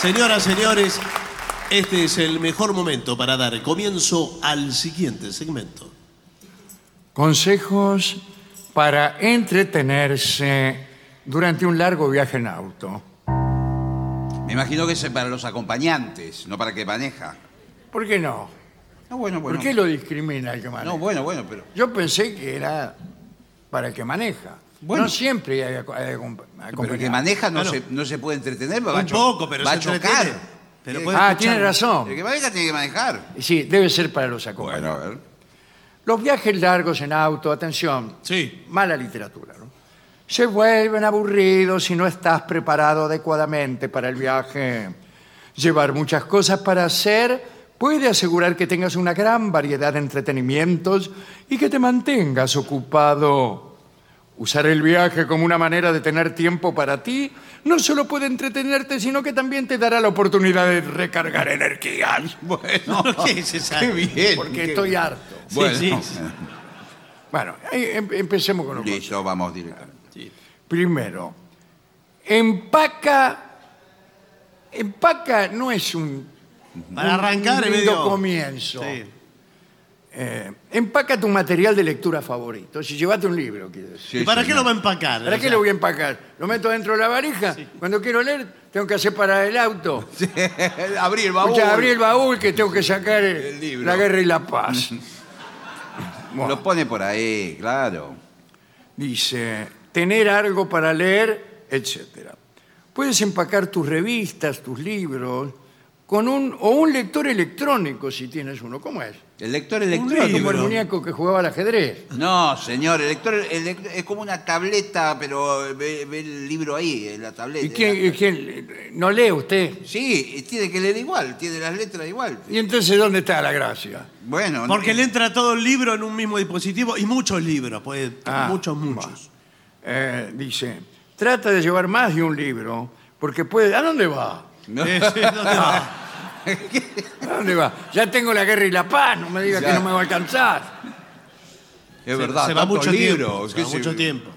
[SPEAKER 4] Señoras, señores, este es el mejor momento para dar comienzo al siguiente segmento.
[SPEAKER 2] Consejos para entretenerse durante un largo viaje en auto.
[SPEAKER 5] Me imagino que eso es para los acompañantes, no para el que maneja.
[SPEAKER 2] ¿Por qué no?
[SPEAKER 5] No, bueno, bueno.
[SPEAKER 2] ¿Por qué lo discrimina el que
[SPEAKER 5] No,
[SPEAKER 2] maneja?
[SPEAKER 5] bueno, bueno, pero.
[SPEAKER 2] Yo pensé que era para el que maneja.
[SPEAKER 5] Bueno.
[SPEAKER 2] no siempre hay, aco- hay acom-
[SPEAKER 5] Pero el
[SPEAKER 2] acompañante.
[SPEAKER 5] que maneja no,
[SPEAKER 4] Claro.
[SPEAKER 5] se, no se puede entretener, va,
[SPEAKER 4] Ah, Un
[SPEAKER 5] a cho-
[SPEAKER 4] poco, pero
[SPEAKER 5] va
[SPEAKER 4] se
[SPEAKER 5] a chocar.
[SPEAKER 4] entretiene. Pero
[SPEAKER 5] Eh,
[SPEAKER 4] puede-
[SPEAKER 2] Ah, tiene
[SPEAKER 5] El
[SPEAKER 2] razón.
[SPEAKER 5] que maneja tiene que manejar.
[SPEAKER 2] Sí, debe ser para los acompañantes.
[SPEAKER 5] Bueno, a ver.
[SPEAKER 2] Los viajes largos en auto, atención,
[SPEAKER 4] Sí.
[SPEAKER 2] mala literatura, ¿no? Se vuelven aburridos si no estás preparado adecuadamente para el viaje. Llevar muchas cosas para hacer puede asegurar que tengas una gran variedad de entretenimientos y que te mantengas ocupado. Usar el viaje como una manera de tener tiempo para ti no solo puede entretenerte, sino que también te dará la oportunidad de recargar energías.
[SPEAKER 5] Bueno,
[SPEAKER 4] ¿Qué es esa?
[SPEAKER 5] qué bien.
[SPEAKER 2] Porque
[SPEAKER 5] qué-
[SPEAKER 2] estoy harto.
[SPEAKER 5] Bueno,
[SPEAKER 4] sí,
[SPEAKER 2] Bueno, eh, em- empecemos con lo que...
[SPEAKER 5] listo, vamos directamente.
[SPEAKER 2] Primero, empaca. Empaca no es un.
[SPEAKER 4] Para
[SPEAKER 2] un
[SPEAKER 4] arrancar en
[SPEAKER 2] lindo
[SPEAKER 4] medio-
[SPEAKER 2] comienzo.
[SPEAKER 4] Sí.
[SPEAKER 2] Eh, empaca tu material de lectura favorito. Si llevate un libro, quiero decir.
[SPEAKER 4] ¿Y para qué lo va a empacar?
[SPEAKER 2] ¿Para qué lo voy a empacar? ¿Lo meto dentro de la varija? Cuando quiero leer, tengo que hacer parar el auto.
[SPEAKER 5] Abrir el baúl.
[SPEAKER 2] O sea, abrí el baúl que tengo que sacar el-
[SPEAKER 5] El libro.
[SPEAKER 2] La Guerra y la Paz. Bueno.
[SPEAKER 5] Lo pone por ahí, claro.
[SPEAKER 2] Dice, tener algo para leer, etc. Puedes empacar tus revistas, tus libros, con un, o un lector electrónico si tienes uno. ¿Cómo es?
[SPEAKER 5] El lector
[SPEAKER 2] Es como el
[SPEAKER 5] electrónico.
[SPEAKER 2] muñeco que jugaba al ajedrez.
[SPEAKER 5] No, señor, el lector el lect- es como una tableta, pero ve, ve el libro ahí, en la tableta.
[SPEAKER 2] ¿Y quién, y quién- ¿No lee usted?
[SPEAKER 5] Sí, y tiene que leer igual, tiene las letras igual.
[SPEAKER 2] ¿Y entonces dónde está la gracia?
[SPEAKER 5] Bueno,
[SPEAKER 4] Porque
[SPEAKER 5] no-
[SPEAKER 4] le entra todo el libro en un mismo dispositivo y muchos libros, pues,
[SPEAKER 2] Ah,
[SPEAKER 4] muchos, muchos.
[SPEAKER 2] Eh, dice, trata de llevar más de un libro, porque puede... ¿A dónde va?
[SPEAKER 5] no. Ah,
[SPEAKER 4] Eh, sí, ¿dónde va?
[SPEAKER 2] ¿A dónde va? Ya tengo la guerra y la paz, no me diga que
[SPEAKER 5] Ya.
[SPEAKER 2] no me va a alcanzar.
[SPEAKER 5] es
[SPEAKER 4] Se-
[SPEAKER 5] verdad.
[SPEAKER 4] se va
[SPEAKER 5] tantos
[SPEAKER 4] mucho tiempo.
[SPEAKER 5] libros,
[SPEAKER 4] Se va
[SPEAKER 5] qué sé-
[SPEAKER 4] mucho tiempo.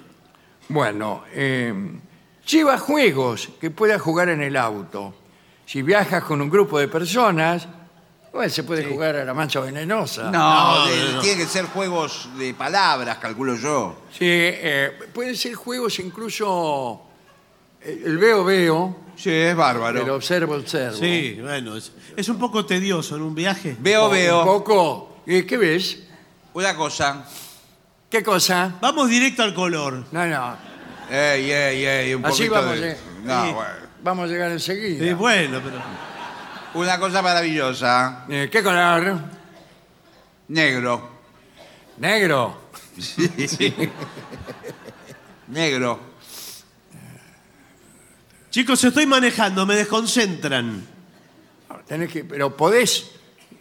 [SPEAKER 2] Bueno, eh, lleva juegos que puedas jugar en el auto. Si viajas con un grupo de personas, bueno, se puede jugar a la mancha venenosa.
[SPEAKER 5] No,
[SPEAKER 4] No,
[SPEAKER 5] de-
[SPEAKER 4] no, no.
[SPEAKER 5] tiene que ser juegos de palabras, calculo yo.
[SPEAKER 2] Sí, eh, pueden ser juegos incluso eh, el veo veo,
[SPEAKER 5] Sí, es bárbaro.
[SPEAKER 2] el observo observo.
[SPEAKER 4] Sí, bueno, es, es un poco tedioso en un viaje.
[SPEAKER 5] Veo,
[SPEAKER 2] Un
[SPEAKER 5] veo.
[SPEAKER 2] poco. ¿Y ¿Qué ves?
[SPEAKER 5] Una cosa.
[SPEAKER 2] ¿Qué cosa?
[SPEAKER 4] Vamos directo al color.
[SPEAKER 2] No, no.
[SPEAKER 5] Ey, ey, ey, un
[SPEAKER 2] Así
[SPEAKER 5] poquito
[SPEAKER 2] vamos,
[SPEAKER 5] de-
[SPEAKER 2] eh.
[SPEAKER 5] No,
[SPEAKER 4] Sí.
[SPEAKER 5] bueno.
[SPEAKER 2] Vamos a llegar enseguida.
[SPEAKER 4] Eh, bueno, pero
[SPEAKER 5] Una cosa maravillosa.
[SPEAKER 2] Eh, ¿Qué color?
[SPEAKER 5] Negro.
[SPEAKER 2] Negro.
[SPEAKER 5] Negro.
[SPEAKER 4] chicos, estoy manejando, me desconcentran.
[SPEAKER 2] Tenés que, pero podés.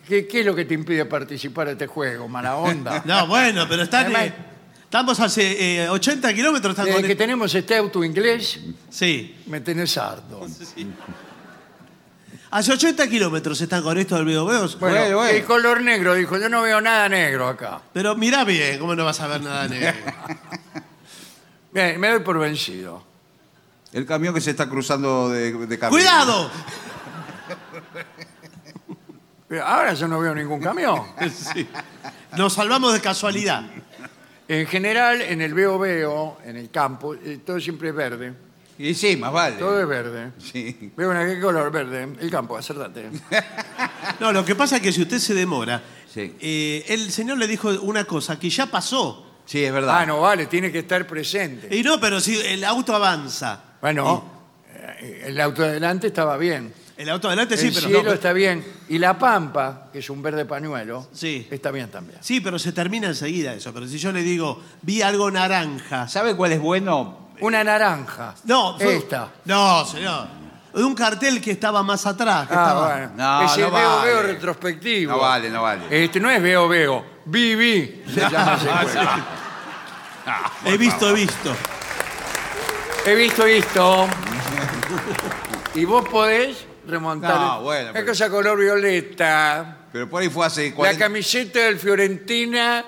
[SPEAKER 2] ¿Qué, ¿Qué es lo que te impide participar de este juego? Mala onda.
[SPEAKER 4] No, bueno, pero están,
[SPEAKER 2] Además-
[SPEAKER 4] eh, estamos hace eh, 80 kilómetros. Están
[SPEAKER 2] Desde
[SPEAKER 4] con
[SPEAKER 2] Eh, que tenemos este auto inglés,
[SPEAKER 4] Sí.
[SPEAKER 2] me tenés harto.
[SPEAKER 4] Sí. Hace 80 kilómetros están con esto del video.
[SPEAKER 2] Bueno,
[SPEAKER 3] Bueno, bueno.
[SPEAKER 2] el color negro, dijo, yo no veo nada negro acá.
[SPEAKER 4] Pero mirá bien, ¿cómo no vas a ver nada negro?
[SPEAKER 2] Bien, me doy por vencido.
[SPEAKER 3] El camión que se está cruzando de, de camino.
[SPEAKER 4] ¡Cuidado!
[SPEAKER 2] Pero ahora yo no veo ningún camión.
[SPEAKER 4] Nos salvamos de casualidad.
[SPEAKER 2] En general, en el veo veo, en el campo, eh, todo siempre es verde.
[SPEAKER 5] Y sí, más vale.
[SPEAKER 2] Todo es verde.
[SPEAKER 5] Sí.
[SPEAKER 2] Veo en qué color verde. El campo, acértate.
[SPEAKER 4] No, lo que pasa es que si usted se demora,
[SPEAKER 5] Sí.
[SPEAKER 4] eh, el señor le dijo una cosa que ya pasó.
[SPEAKER 5] Sí, es verdad.
[SPEAKER 2] Ah, no vale, tiene que estar presente.
[SPEAKER 4] Y no, pero si el auto avanza. Oh,
[SPEAKER 2] Bueno, eh, el auto de adelante estaba bien.
[SPEAKER 4] El auto adelante sí,
[SPEAKER 2] el
[SPEAKER 4] pero no,
[SPEAKER 2] cielo
[SPEAKER 4] pero-
[SPEAKER 2] está bien. Y la pampa, que es un verde pañuelo,
[SPEAKER 4] Sí.
[SPEAKER 2] está bien también.
[SPEAKER 4] Sí, pero se termina enseguida eso. Pero si yo le digo, vi algo naranja.
[SPEAKER 5] ¿Sabe cuál es bueno?
[SPEAKER 2] Una naranja.
[SPEAKER 4] No, fue- Ah,
[SPEAKER 2] Esta.
[SPEAKER 4] No, señor. De un cartel que estaba más atrás. que
[SPEAKER 2] Ah,
[SPEAKER 4] estaba-
[SPEAKER 2] bueno.
[SPEAKER 5] No,
[SPEAKER 2] es el
[SPEAKER 5] no
[SPEAKER 2] veo
[SPEAKER 5] vale.
[SPEAKER 2] veo retrospectivo.
[SPEAKER 5] No vale, no vale.
[SPEAKER 2] Este no es veo veo. Vivi se llama ese juego.
[SPEAKER 4] He visto, he visto.
[SPEAKER 2] He visto esto. y vos podés remontar.
[SPEAKER 5] No, bueno,
[SPEAKER 2] Es
[SPEAKER 5] pero-
[SPEAKER 2] cosa color violeta.
[SPEAKER 5] Pero por ahí fue hace
[SPEAKER 2] La
[SPEAKER 5] 40...
[SPEAKER 2] camiseta del Fiorentina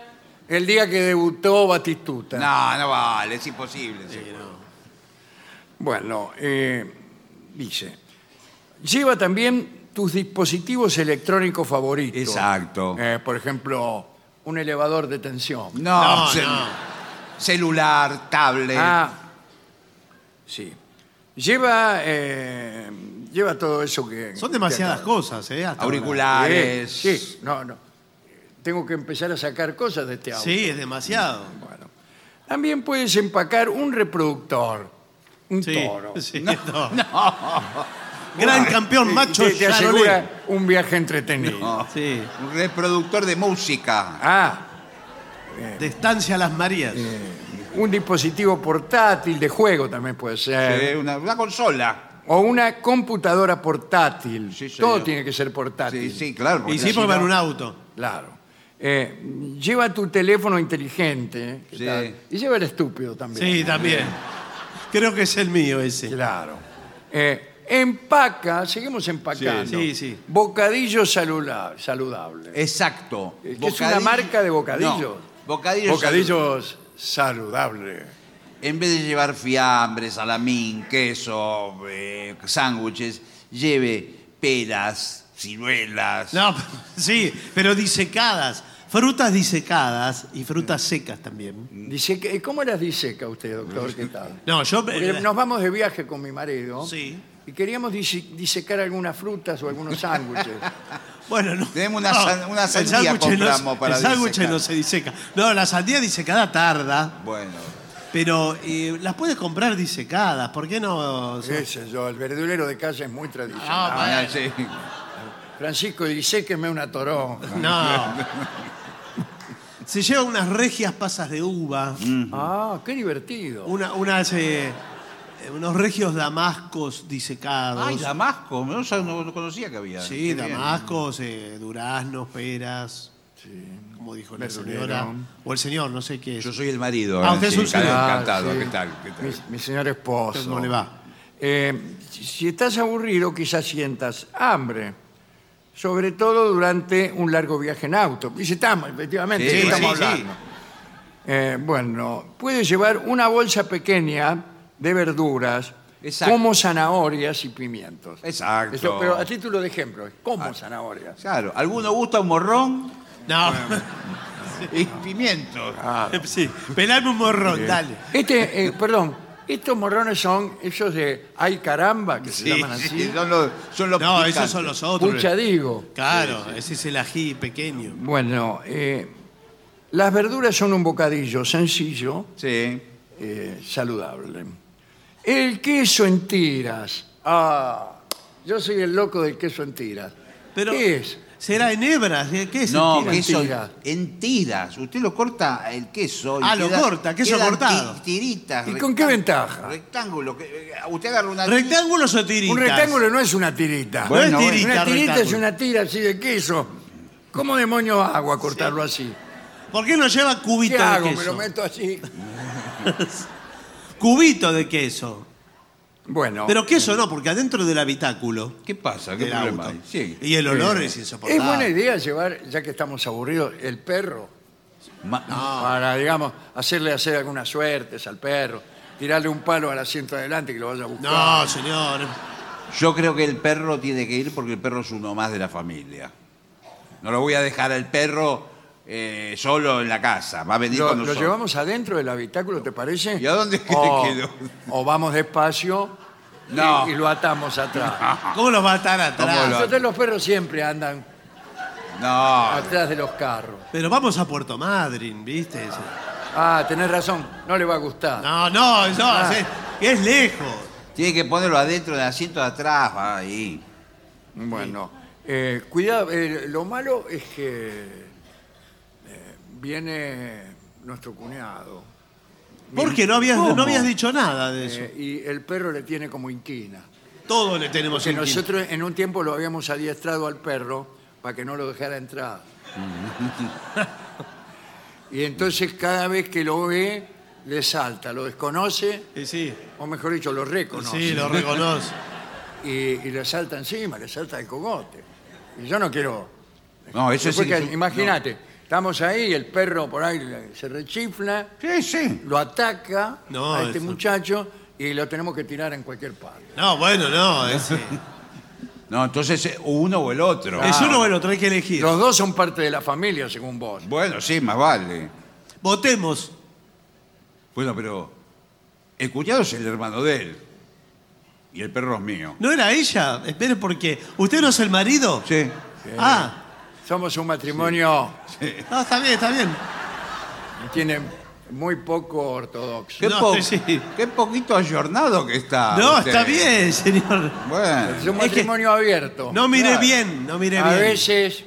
[SPEAKER 2] el día que debutó Batistuta.
[SPEAKER 5] No, no vale, es imposible.
[SPEAKER 2] Eh,
[SPEAKER 5] seguro.
[SPEAKER 2] Bueno, eh, dice, lleva también tus dispositivos electrónicos favoritos.
[SPEAKER 5] Exacto.
[SPEAKER 2] Eh, por ejemplo, un elevador de tensión.
[SPEAKER 5] No,
[SPEAKER 4] No, eh.
[SPEAKER 5] cel-
[SPEAKER 4] no.
[SPEAKER 5] celular, tablet.
[SPEAKER 2] Ah, sí. Lleva, eh, lleva todo eso que...
[SPEAKER 4] Son demasiadas
[SPEAKER 2] que-
[SPEAKER 4] cosas, ¿eh? Hasta
[SPEAKER 5] Auriculares.
[SPEAKER 2] Sí, eh, sí, no, no. Tengo que empezar a sacar cosas de este
[SPEAKER 4] ahora.
[SPEAKER 2] auto.
[SPEAKER 4] Sí, es demasiado.
[SPEAKER 2] Bueno. También puedes empacar un reproductor, un
[SPEAKER 4] Sí.
[SPEAKER 2] toro. Ah,
[SPEAKER 4] sí, no. Gran campeón macho
[SPEAKER 2] eh, Te, te
[SPEAKER 4] Charolais.
[SPEAKER 2] asegura un viaje entretenido.
[SPEAKER 5] No.
[SPEAKER 4] Sí,
[SPEAKER 5] Un reproductor de música.
[SPEAKER 2] Ah,
[SPEAKER 4] de Estancia Las Marías.
[SPEAKER 2] Eh, un dispositivo portátil de juego también puede ser.
[SPEAKER 5] Sí, eh, una, una consola.
[SPEAKER 2] O una computadora portátil.
[SPEAKER 5] Sí, señor.
[SPEAKER 2] Todo Ah, tiene que ser portátil.
[SPEAKER 5] Sí, sí, claro. porque
[SPEAKER 4] y sí,
[SPEAKER 5] si
[SPEAKER 4] por
[SPEAKER 5] no-
[SPEAKER 4] ver un auto.
[SPEAKER 2] Claro. Eh, lleva tu teléfono inteligente. ¿eh? ¿qué
[SPEAKER 5] Sí.
[SPEAKER 2] tal? Y lleva el estúpido también.
[SPEAKER 4] Sí, también. Creo que es el mío ese.
[SPEAKER 2] Claro. Eh, empaca, seguimos empacando.
[SPEAKER 4] Sí, sí.
[SPEAKER 2] Bocadillo salula- saludable.
[SPEAKER 5] Exacto.
[SPEAKER 2] Eh, que es una marca de bocadillos.
[SPEAKER 5] No, bocadillos.
[SPEAKER 2] Bocadillos saludable.
[SPEAKER 5] En vez de llevar fiambre, salamín, queso, eh, sándwiches, lleve peras, ciruelas.
[SPEAKER 4] No, sí, pero disecadas. Frutas disecadas y frutas secas también.
[SPEAKER 2] Dice que- ¿Cómo las diseca usted, doctor? ¿Qué tal?
[SPEAKER 4] No, yo.
[SPEAKER 2] Porque nos vamos de viaje con mi marido
[SPEAKER 4] Sí.
[SPEAKER 2] y queríamos dise- disecar algunas frutas o algunos sándwiches.
[SPEAKER 4] Bueno, no.
[SPEAKER 5] Tenemos una
[SPEAKER 4] no,
[SPEAKER 5] san- una
[SPEAKER 4] el
[SPEAKER 5] sandía
[SPEAKER 4] sándwich
[SPEAKER 5] compramos
[SPEAKER 4] no se-
[SPEAKER 5] para
[SPEAKER 4] El sándwich
[SPEAKER 5] disecar.
[SPEAKER 4] no se diseca. No, la sandía disecada tarda,
[SPEAKER 5] Bueno.
[SPEAKER 4] pero eh, las puedes comprar disecadas. ¿Por qué no?
[SPEAKER 2] Qué sé yo, el verdulero de calle es muy tradicional.
[SPEAKER 4] Ah,
[SPEAKER 5] Ah, sí.
[SPEAKER 2] Francisco, diséqueme una toronja.
[SPEAKER 4] No. Se lleva unas regias pasas de uva,
[SPEAKER 5] Mm.
[SPEAKER 2] Ah, qué divertido.
[SPEAKER 4] una- unas, eh, unos regios damascos disecados.
[SPEAKER 5] Ay, Damasco. No, sa- no- no conocía que había.
[SPEAKER 4] Sí,
[SPEAKER 5] Qué bien.
[SPEAKER 4] damascos, eh, duraznos, peras. Como dijo la
[SPEAKER 2] Verdulero.
[SPEAKER 4] señora. O el señor, no sé qué es.
[SPEAKER 5] Yo soy el marido.
[SPEAKER 4] Ah,
[SPEAKER 5] eh,
[SPEAKER 4] usted es
[SPEAKER 5] sí,
[SPEAKER 4] un señor.
[SPEAKER 5] Encantado.
[SPEAKER 2] Ah, sí.
[SPEAKER 5] ¿Qué tal? ¿Qué tal?
[SPEAKER 2] Mi, mi señor esposo.
[SPEAKER 4] ¿Cómo le va?
[SPEAKER 2] Eh, si- si estás aburrido, quizás sientas hambre. Sobre todo durante un largo viaje en auto. Y si estamos, efectivamente,
[SPEAKER 5] Sí,
[SPEAKER 2] sí, estamos
[SPEAKER 5] sí, sí.
[SPEAKER 2] hablando. Eh, bueno, puedes llevar una bolsa pequeña de verduras,
[SPEAKER 5] Exacto.
[SPEAKER 2] como zanahorias y pimientos.
[SPEAKER 5] Exacto. Ah.
[SPEAKER 2] Eso, pero a título de ejemplo, como zanahorias.
[SPEAKER 5] Claro. ¿Alguno gusta un morrón?
[SPEAKER 4] No,
[SPEAKER 5] Y pimiento.
[SPEAKER 4] Ah,
[SPEAKER 2] Ah.
[SPEAKER 4] sí. Pelame un morrón, dale.
[SPEAKER 2] Este, eh, perdón, estos morrones son esos de ay caramba, que se llaman así.
[SPEAKER 5] son los, son los
[SPEAKER 4] No,
[SPEAKER 5] picantes.
[SPEAKER 4] esos son los otros.
[SPEAKER 2] Pucha digo.
[SPEAKER 4] Claro, ese es el ají pequeño.
[SPEAKER 2] Bueno, eh, las verduras son un bocadillo sencillo,
[SPEAKER 5] Sí.
[SPEAKER 2] eh, saludable. El queso en tiras. Ah, yo soy el loco del queso en tiras.
[SPEAKER 4] Pero,
[SPEAKER 2] ¿Qué es?
[SPEAKER 4] ¿Será en hebras? ¿Qué es?
[SPEAKER 5] No,
[SPEAKER 4] el tira?
[SPEAKER 5] queso
[SPEAKER 2] tiras.
[SPEAKER 5] en tiras. Usted lo corta el queso. y
[SPEAKER 4] Ah, lo corta, queso
[SPEAKER 5] quedan
[SPEAKER 4] cortado.
[SPEAKER 5] ti- Tiritas.
[SPEAKER 2] ¿Y con qué
[SPEAKER 5] rectángulo-
[SPEAKER 2] ventaja?
[SPEAKER 5] Rectángulo. que- eh, Usted agarra una.
[SPEAKER 4] ¿Rectángulos o tiritas?
[SPEAKER 2] Un rectángulo no es una tirita.
[SPEAKER 4] No es
[SPEAKER 5] Bueno, bueno.
[SPEAKER 4] tirita,
[SPEAKER 2] una tirita es
[SPEAKER 4] rectángulo.
[SPEAKER 2] una tira así de queso. ¿Cómo demonios hago a cortarlo así?
[SPEAKER 4] ¿Por qué no lleva cubito
[SPEAKER 2] ¿Qué
[SPEAKER 4] de
[SPEAKER 2] hago?
[SPEAKER 4] queso?
[SPEAKER 2] Me lo meto así.
[SPEAKER 4] Cubito de queso.
[SPEAKER 2] Bueno,
[SPEAKER 4] Pero que eso no, porque adentro del habitáculo
[SPEAKER 5] ¿Qué pasa? ¿Qué
[SPEAKER 4] del
[SPEAKER 5] problema
[SPEAKER 4] auto.
[SPEAKER 5] hay? Sí.
[SPEAKER 4] Y el olor es insoportable.
[SPEAKER 2] es buena idea llevar, ya que estamos aburridos, el perro
[SPEAKER 5] Ma-
[SPEAKER 4] Ah.
[SPEAKER 2] para, digamos, hacerle hacer algunas suertes al perro, tirarle un palo al asiento adelante que lo vaya a buscar.
[SPEAKER 4] No, señor.
[SPEAKER 5] Yo creo que el perro tiene que ir porque el perro es uno más de la familia. No lo voy a dejar al perro eh, solo en la casa. Va a venir
[SPEAKER 2] ¿Lo,
[SPEAKER 5] con
[SPEAKER 2] lo
[SPEAKER 5] nosotros.
[SPEAKER 2] llevamos adentro del habitáculo, te parece?
[SPEAKER 5] ¿Y a dónde crees
[SPEAKER 2] o,
[SPEAKER 5] que lo-
[SPEAKER 2] o vamos despacio y-
[SPEAKER 5] No.
[SPEAKER 2] y, lo atamos atrás.
[SPEAKER 4] ¿Cómo los va a atar atrás?
[SPEAKER 5] ¿Cómo lo-
[SPEAKER 2] Entonces los perros siempre andan
[SPEAKER 5] No.
[SPEAKER 2] atrás de los carros.
[SPEAKER 4] Pero vamos a Puerto Madryn, ¿viste?
[SPEAKER 2] Ah, tenés razón, no le va a gustar.
[SPEAKER 4] No, no, no,
[SPEAKER 2] Ah.
[SPEAKER 4] es, es lejos.
[SPEAKER 5] Tiene que ponerlo adentro del asiento de atrás. Va ahí.
[SPEAKER 2] Bueno, eh, cuidado, eh, lo malo es que eh, viene nuestro cuñado
[SPEAKER 4] Porque no habías,
[SPEAKER 5] ¿Cómo?
[SPEAKER 4] no habías dicho nada de eso.
[SPEAKER 2] eh, y el perro le tiene como inquina.
[SPEAKER 4] Todo le tenemos
[SPEAKER 2] Que
[SPEAKER 4] en
[SPEAKER 2] nosotros en un tiempo lo habíamos adiestrado al perro para que no lo dejara entrar.
[SPEAKER 4] Mm.
[SPEAKER 2] y entonces cada vez que lo ve, le salta, lo desconoce,
[SPEAKER 4] Sí, Eh, sí,
[SPEAKER 2] o mejor dicho, lo reconoce.
[SPEAKER 4] sí, lo reconoce.
[SPEAKER 2] y, y le salta encima, le salta el cogote. Y yo no quiero.
[SPEAKER 5] No, eso sí
[SPEAKER 2] Después
[SPEAKER 5] que
[SPEAKER 2] que-
[SPEAKER 5] es un-
[SPEAKER 2] Imagínate, estamos ahí, el perro por ahí le- se rechifla,
[SPEAKER 5] Sí, sí.
[SPEAKER 2] lo ataca
[SPEAKER 4] No,
[SPEAKER 2] a este
[SPEAKER 4] eso-
[SPEAKER 2] muchacho y lo tenemos que tirar en cualquier parte.
[SPEAKER 4] No, bueno, no. Es, eh,
[SPEAKER 5] No, entonces eh, uno o el otro.
[SPEAKER 4] es uno o el otro, hay que elegir.
[SPEAKER 2] Los dos son parte de la familia, según vos.
[SPEAKER 5] Ah, Bueno, sí, más vale.
[SPEAKER 4] Votemos.
[SPEAKER 5] Bueno, pero el cuñado es el hermano de él. Y el perro es mío.
[SPEAKER 4] ¿No era ella? Espere, porque. ¿Usted no es el marido?
[SPEAKER 5] Sí.
[SPEAKER 4] Ah,
[SPEAKER 2] Somos un matrimonio
[SPEAKER 4] no, está bien, está bien.
[SPEAKER 2] que tiene muy poco ortodoxo.
[SPEAKER 5] Qué,
[SPEAKER 4] No,
[SPEAKER 5] po-
[SPEAKER 4] sí.
[SPEAKER 5] qué poquito ayornado que está.
[SPEAKER 4] No,
[SPEAKER 5] Ah, usted.
[SPEAKER 4] está bien, señor.
[SPEAKER 2] Es
[SPEAKER 5] Bueno.
[SPEAKER 2] un
[SPEAKER 4] Es que-
[SPEAKER 2] matrimonio abierto.
[SPEAKER 4] No mire
[SPEAKER 5] Claro.
[SPEAKER 4] bien, no mire
[SPEAKER 2] a
[SPEAKER 4] bien.
[SPEAKER 2] veces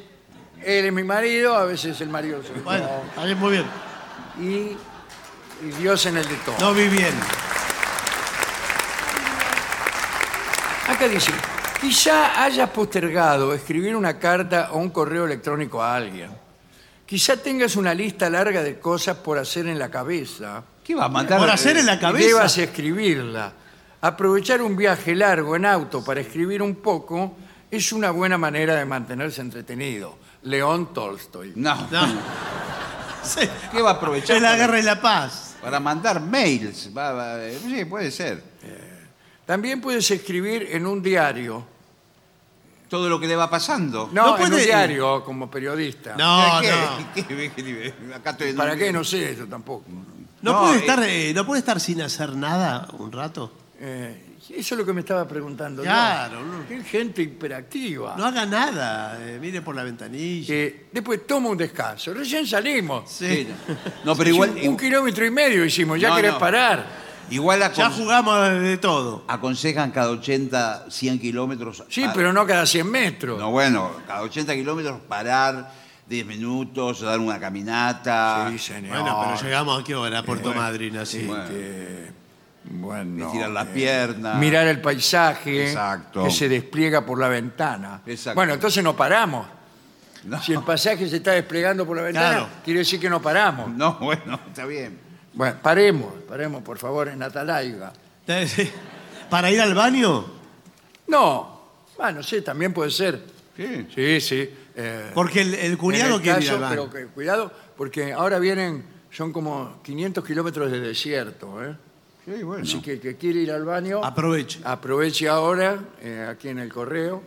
[SPEAKER 2] él es mi marido, a veces el marido soy yo.
[SPEAKER 4] Bueno, está bien, muy bien.
[SPEAKER 2] Y, y Dios en el de todo.
[SPEAKER 4] No vi bien.
[SPEAKER 2] Acá dice, quizá hayas postergado escribir una carta o un correo electrónico a alguien. Quizá tengas una lista larga de cosas por hacer en la cabeza.
[SPEAKER 5] ¿Qué va a mandar?
[SPEAKER 4] Por hacer en la
[SPEAKER 2] Y
[SPEAKER 4] cabeza.
[SPEAKER 2] debas escribirla. Aprovechar un viaje largo en auto para escribir un poco es una buena manera de mantenerse entretenido. León Tolstoy.
[SPEAKER 5] No.
[SPEAKER 4] No. Sí.
[SPEAKER 5] ¿Qué va a aprovechar?
[SPEAKER 4] En la
[SPEAKER 5] para-
[SPEAKER 4] guerra y la paz.
[SPEAKER 5] Para mandar mails. Va- va- eh, sí, puede ser.
[SPEAKER 2] También puedes escribir en un diario.
[SPEAKER 5] Todo lo que le va pasando.
[SPEAKER 2] No,
[SPEAKER 4] No
[SPEAKER 2] en un
[SPEAKER 4] puede-
[SPEAKER 2] diario como periodista.
[SPEAKER 4] No,
[SPEAKER 5] ¿Qué-
[SPEAKER 4] no.
[SPEAKER 5] qué- qué- qué- acá estoy en
[SPEAKER 2] ¿Para
[SPEAKER 5] un-
[SPEAKER 2] qué? No sé, yo tampoco.
[SPEAKER 4] No,
[SPEAKER 5] No,
[SPEAKER 4] puede
[SPEAKER 5] eh.
[SPEAKER 4] estar, eh, no puede estar sin hacer nada un rato.
[SPEAKER 2] Eh, eso es lo que me estaba preguntando. yo.
[SPEAKER 4] Claro, no.
[SPEAKER 2] Qué gente hiperactiva.
[SPEAKER 4] No haga nada. eh, mire por la ventanilla.
[SPEAKER 2] Que después toma un descanso. Recién salimos.
[SPEAKER 5] Sí.
[SPEAKER 4] Sí.
[SPEAKER 5] No, pero igual.
[SPEAKER 2] un, kilómetro y medio hicimos, ya
[SPEAKER 5] No,
[SPEAKER 2] querés
[SPEAKER 5] no.
[SPEAKER 2] parar.
[SPEAKER 5] Igual acon-
[SPEAKER 4] Ya jugamos de todo.
[SPEAKER 5] aconsejan cada 80, 100 kilómetros.
[SPEAKER 2] Sí,
[SPEAKER 5] a-
[SPEAKER 2] pero no cada 100 metros.
[SPEAKER 5] Ah. No, bueno, cada 80 kilómetros parar 10 minutos, dar una caminata.
[SPEAKER 2] Sí, señor.
[SPEAKER 4] Bueno, pero llegamos a qué hora, a Puerto Madryn, así.
[SPEAKER 5] Bueno,
[SPEAKER 2] Bueno,
[SPEAKER 5] Estirar las
[SPEAKER 2] eh,
[SPEAKER 5] piernas.
[SPEAKER 2] Mirar el paisaje
[SPEAKER 5] Exacto.
[SPEAKER 2] que se despliega por la ventana.
[SPEAKER 5] Exacto.
[SPEAKER 2] Bueno, entonces no paramos.
[SPEAKER 5] No.
[SPEAKER 2] Si el paisaje se está desplegando por la ventana,
[SPEAKER 4] Claro.
[SPEAKER 2] quiere decir que no paramos.
[SPEAKER 5] No, bueno, está bien.
[SPEAKER 2] Bueno, paremos, paremos, por favor, en Atalaiga.
[SPEAKER 4] Sí. ¿Para ir al baño?
[SPEAKER 2] No, bueno, sí, también puede ser.
[SPEAKER 5] Sí.
[SPEAKER 2] Sí, sí. eh,
[SPEAKER 4] Porque el, el
[SPEAKER 2] en
[SPEAKER 4] cuñado
[SPEAKER 2] el
[SPEAKER 4] quiere ir
[SPEAKER 2] caso,
[SPEAKER 4] al
[SPEAKER 2] pero
[SPEAKER 4] baño.
[SPEAKER 2] que- cuidado, porque ahora vienen, son como 500 kilómetros de desierto, ¿eh?
[SPEAKER 5] Sí, bueno.
[SPEAKER 2] Así que el que quiere ir al baño,
[SPEAKER 4] Ah, Aproveche.
[SPEAKER 2] aproveche ahora, eh, aquí en el correo.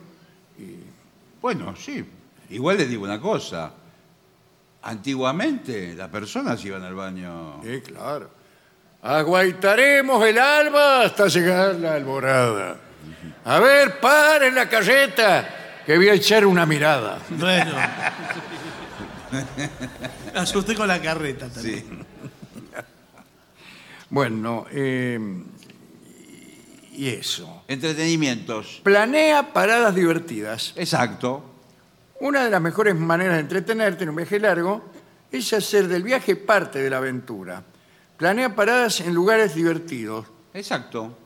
[SPEAKER 5] Bueno, sí. Igual les digo una cosa. Antiguamente las personas iban al baño.
[SPEAKER 2] Sí, claro. Aguaitaremos el alba hasta llegar la alborada. A ver, paren la carreta, que voy a echar una mirada.
[SPEAKER 4] Bueno. Asusté con la carreta también.
[SPEAKER 5] Sí.
[SPEAKER 2] Bueno, eh, y eso.
[SPEAKER 5] Entretenimientos.
[SPEAKER 2] Planea paradas divertidas.
[SPEAKER 5] Exacto.
[SPEAKER 2] Una de las mejores maneras de entretenerte en un viaje largo es hacer del viaje parte de la aventura. Planea paradas en lugares divertidos.
[SPEAKER 5] Exacto.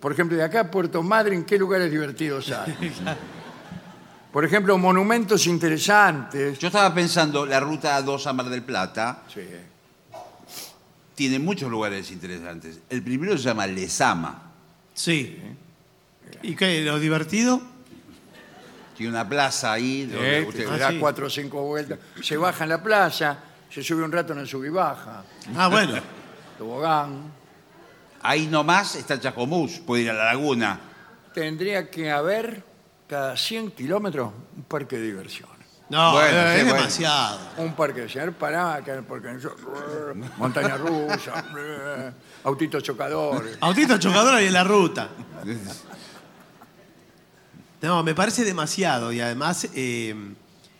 [SPEAKER 2] Por ejemplo, de acá a Puerto Madryn, ¿qué lugares divertidos hay? Por ejemplo, monumentos interesantes.
[SPEAKER 5] Yo estaba pensando, la ruta 2 a Mar del Plata
[SPEAKER 2] Sí.
[SPEAKER 5] tiene muchos lugares interesantes. El primero se llama Lesama.
[SPEAKER 4] Sí. Sí. ¿Y qué? ¿Lo divertido?
[SPEAKER 5] Tiene una plaza ahí donde
[SPEAKER 2] ¿Eh?
[SPEAKER 5] usted-
[SPEAKER 2] Le
[SPEAKER 4] Ah,
[SPEAKER 2] da
[SPEAKER 4] sí.
[SPEAKER 2] cuatro o cinco vueltas. Se baja en la plaza, se sube un rato en el subibaja,
[SPEAKER 4] Ah, bueno.
[SPEAKER 2] tobogán.
[SPEAKER 5] Ahí nomás está el Chascomús, puede ir a la laguna.
[SPEAKER 2] Tendría que haber cada 100 kilómetros un parque de diversiones.
[SPEAKER 4] No,
[SPEAKER 5] Bueno,
[SPEAKER 4] eh,
[SPEAKER 5] sí,
[SPEAKER 4] es
[SPEAKER 5] bueno.
[SPEAKER 4] demasiado.
[SPEAKER 2] Un parque de diversiones para que- porque yo- montaña rusa, eh, autitos chocadores.
[SPEAKER 4] Autito chocador y en la ruta. No, me parece demasiado y además eh,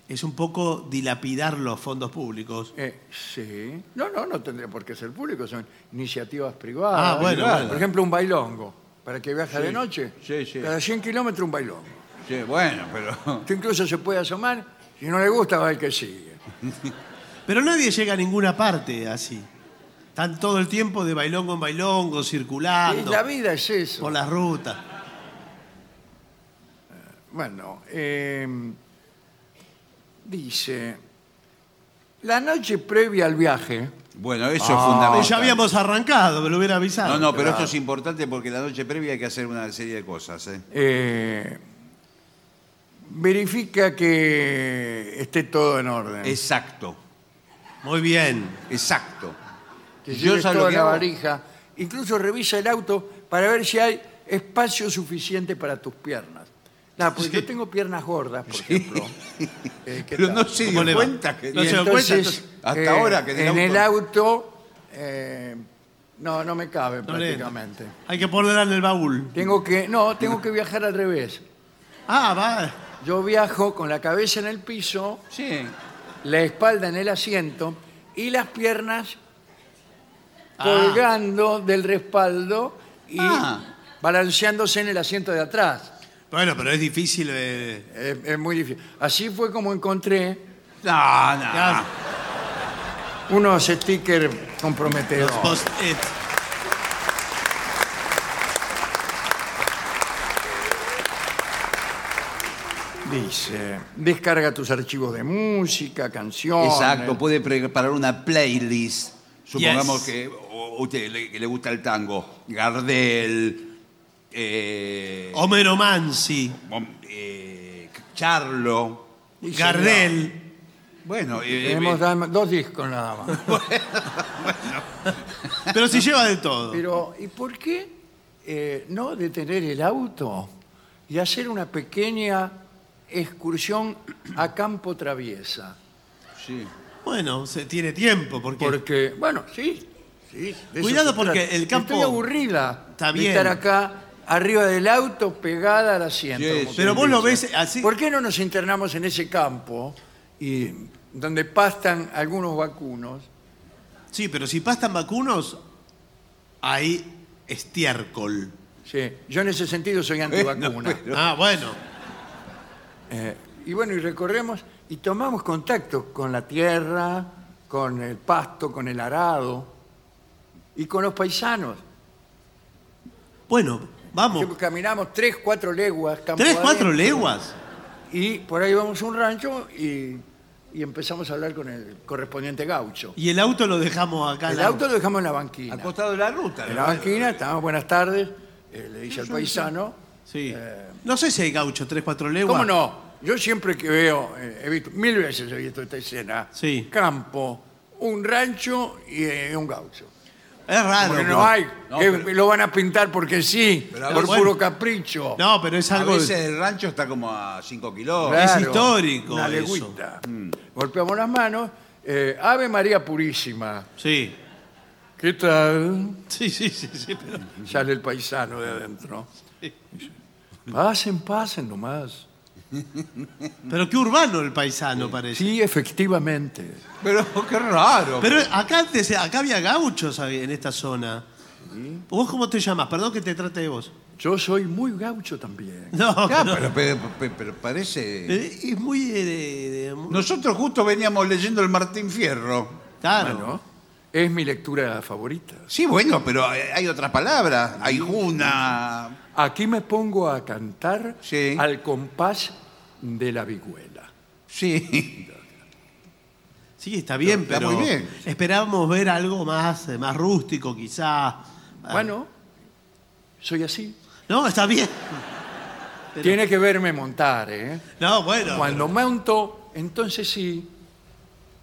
[SPEAKER 4] es un poco dilapidar los fondos públicos.
[SPEAKER 2] Eh, sí. No, no, no tendría por qué ser público, son iniciativas privadas.
[SPEAKER 4] Ah, bueno,
[SPEAKER 2] Por
[SPEAKER 4] bueno.
[SPEAKER 2] ejemplo, un bailongo, para que viaja de noche.
[SPEAKER 5] sí, sí.
[SPEAKER 2] Cada 100 kilómetros un bailongo.
[SPEAKER 5] Sí, bueno, pero.
[SPEAKER 2] Usted incluso se puede asomar, si no le gusta va el que sigue.
[SPEAKER 4] Pero nadie llega a ninguna parte así. Están todo el tiempo de bailongo en bailongo,
[SPEAKER 2] Y
[SPEAKER 4] circulando
[SPEAKER 2] la vida es eso.
[SPEAKER 4] por las rutas.
[SPEAKER 2] Bueno, eh, dice, la noche previa al viaje,
[SPEAKER 5] Bueno, eso es fundamental.
[SPEAKER 4] Pues Ya habíamos arrancado, me lo hubiera avisado.
[SPEAKER 5] No, Ah, no, pero esto es importante porque la noche previa hay que hacer una serie de cosas. ¿eh?
[SPEAKER 2] eh, verifica que esté todo en orden.
[SPEAKER 5] Exacto,
[SPEAKER 4] Muy bien.
[SPEAKER 5] exacto.
[SPEAKER 2] que
[SPEAKER 5] yo
[SPEAKER 2] lleve
[SPEAKER 5] ya lo
[SPEAKER 2] toda
[SPEAKER 5] que
[SPEAKER 2] la
[SPEAKER 5] hago-
[SPEAKER 2] valija, incluso revisa el auto para ver si hay espacio suficiente para tus piernas. Nah, porque yo tengo piernas gordas, por ejemplo. Eh, ¿qué
[SPEAKER 5] Pero
[SPEAKER 2] tal?
[SPEAKER 5] no se
[SPEAKER 4] ¿Cómo
[SPEAKER 5] dio
[SPEAKER 4] le va?
[SPEAKER 5] cuenta que.
[SPEAKER 4] No
[SPEAKER 2] Y
[SPEAKER 4] se dio
[SPEAKER 2] entonces, eh,
[SPEAKER 5] cuenta, hasta ahora que en el
[SPEAKER 2] en el
[SPEAKER 5] auto-
[SPEAKER 2] auto eh, no no me cabe
[SPEAKER 4] No le entra.
[SPEAKER 2] prácticamente.
[SPEAKER 4] Hay que ponerla en el baúl.
[SPEAKER 2] Tengo que no tengo que viajar al revés.
[SPEAKER 4] Ah, va.
[SPEAKER 2] Yo viajo con la cabeza en el piso,
[SPEAKER 5] Sí.
[SPEAKER 2] la espalda en el asiento y las piernas
[SPEAKER 4] Ah.
[SPEAKER 2] colgando del respaldo y
[SPEAKER 5] Ah.
[SPEAKER 2] balanceándose en el asiento de atrás.
[SPEAKER 4] Bueno, pero es difícil. eh.
[SPEAKER 2] Es, es muy difícil. Así fue como encontré
[SPEAKER 5] No, no.
[SPEAKER 4] Ya-
[SPEAKER 2] unos stickers
[SPEAKER 4] Los
[SPEAKER 2] comprometedores.
[SPEAKER 4] post-it.
[SPEAKER 2] Dice, descarga tus archivos de música, canciones.
[SPEAKER 5] Exacto, puede preparar una playlist. Supongamos
[SPEAKER 4] Yes.
[SPEAKER 5] que o- a usted le, que le gusta el tango. Gardel, eh,
[SPEAKER 4] Homero Mansi.
[SPEAKER 5] Bom- eh, Charlo.
[SPEAKER 2] Sí, señor.
[SPEAKER 4] Gardel.
[SPEAKER 5] Bueno, eh,
[SPEAKER 2] Tenemos
[SPEAKER 5] eh,
[SPEAKER 2] nada más- dos discos nada más.
[SPEAKER 4] Pero si lleva de todo.
[SPEAKER 2] Pero, ¿y por qué eh, no detener el auto y hacer una pequeña excursión a campo traviesa?
[SPEAKER 5] sí.
[SPEAKER 4] Bueno, se tiene tiempo porque.
[SPEAKER 2] Porque, bueno, sí. sí de eso
[SPEAKER 4] Cuidado
[SPEAKER 2] se
[SPEAKER 4] porque
[SPEAKER 2] trata.
[SPEAKER 4] el campo-
[SPEAKER 2] Estoy aburrida
[SPEAKER 4] Está
[SPEAKER 2] de
[SPEAKER 4] bien.
[SPEAKER 2] estar acá arriba del auto pegada al asiento.
[SPEAKER 5] Sí,
[SPEAKER 2] como
[SPEAKER 5] sí.
[SPEAKER 2] quien
[SPEAKER 4] pero vos lo
[SPEAKER 2] dice.
[SPEAKER 4] ves así.
[SPEAKER 2] ¿Por qué no nos internamos en ese campo y donde pastan algunos vacunos?
[SPEAKER 4] Sí, pero si pastan vacunos, hay estiércol.
[SPEAKER 2] Sí, yo en ese sentido soy antivacuna.
[SPEAKER 4] Ah, bueno.
[SPEAKER 2] Eh, y bueno, y recorremos y tomamos contacto con la tierra, con el pasto, con el arado y con los paisanos.
[SPEAKER 4] Bueno, vamos.
[SPEAKER 2] Que Caminamos tres, cuatro leguas. campo
[SPEAKER 4] Oh. ¿Tres, cuatro
[SPEAKER 2] adentro,
[SPEAKER 4] leguas?
[SPEAKER 2] Y por ahí vamos a un rancho y, y empezamos a hablar con el correspondiente gaucho.
[SPEAKER 4] Y el auto lo dejamos acá. en
[SPEAKER 2] El
[SPEAKER 4] la-
[SPEAKER 2] auto lo dejamos en la banquina.
[SPEAKER 5] Al costado de la ruta.
[SPEAKER 2] En
[SPEAKER 5] ¿no?
[SPEAKER 2] la banquina, estábamos buenas tardes, eh, le dice al paisano.
[SPEAKER 4] Sí.
[SPEAKER 2] eh,
[SPEAKER 4] no sé si hay gaucho, tres, cuatro leguas.
[SPEAKER 2] ¿Cómo no? Yo siempre que veo, eh, he visto, mil veces he visto esta escena.
[SPEAKER 4] Sí.
[SPEAKER 2] Campo, un rancho y eh, un gaucho.
[SPEAKER 4] Es raro.
[SPEAKER 2] Porque
[SPEAKER 4] pero-
[SPEAKER 2] Ah, no hay,
[SPEAKER 5] no,
[SPEAKER 2] que
[SPEAKER 5] pero-
[SPEAKER 2] lo van a pintar porque sí,
[SPEAKER 5] Pero a
[SPEAKER 2] por
[SPEAKER 4] ver,
[SPEAKER 2] puro
[SPEAKER 4] bueno.
[SPEAKER 2] capricho.
[SPEAKER 4] No, pero es
[SPEAKER 5] A
[SPEAKER 4] algo.
[SPEAKER 5] veces el rancho está como a 5 kilómetros.
[SPEAKER 2] Claro,
[SPEAKER 4] es histórico
[SPEAKER 2] Una
[SPEAKER 4] eso.
[SPEAKER 2] legüita. Mm. Golpeamos las manos. eh, Ave María Purísima.
[SPEAKER 4] Sí.
[SPEAKER 2] ¿Qué tal?
[SPEAKER 4] Sí, sí, sí, sí. pero-
[SPEAKER 2] Sale el paisano de adentro. Pasen, pasen nomás.
[SPEAKER 4] Pero qué urbano el paisano parece.
[SPEAKER 2] Sí, efectivamente.
[SPEAKER 5] Pero qué raro.
[SPEAKER 4] Pero acá antes, acá había gauchos ahí en esta zona. ¿Vos cómo te llamas? Perdón que te trate de vos.
[SPEAKER 2] Yo soy muy gaucho también.
[SPEAKER 4] No,
[SPEAKER 5] Ah,
[SPEAKER 4] pero-
[SPEAKER 5] pero, pero- pero- pero parece.
[SPEAKER 4] pero es muy eh, de- de- muy-
[SPEAKER 5] Nosotros justo veníamos leyendo el Martín Fierro.
[SPEAKER 4] claro.
[SPEAKER 2] Bueno, es mi lectura favorita.
[SPEAKER 5] Sí, bueno, pero hay hay otras palabras. Hay una.
[SPEAKER 2] Aquí me pongo a cantar
[SPEAKER 5] Sí.
[SPEAKER 2] al compás de la vihuela.
[SPEAKER 5] Sí.
[SPEAKER 4] Sí, está bien,
[SPEAKER 5] Está
[SPEAKER 4] pero
[SPEAKER 5] muy bien.
[SPEAKER 4] esperábamos ver Ah, algo más, eh, más rústico quizás.
[SPEAKER 2] Bueno, soy así.
[SPEAKER 4] No, está bien.
[SPEAKER 2] Tiene que verme montar, ¿eh?
[SPEAKER 4] No, bueno.
[SPEAKER 2] Cuando monto, entonces sí,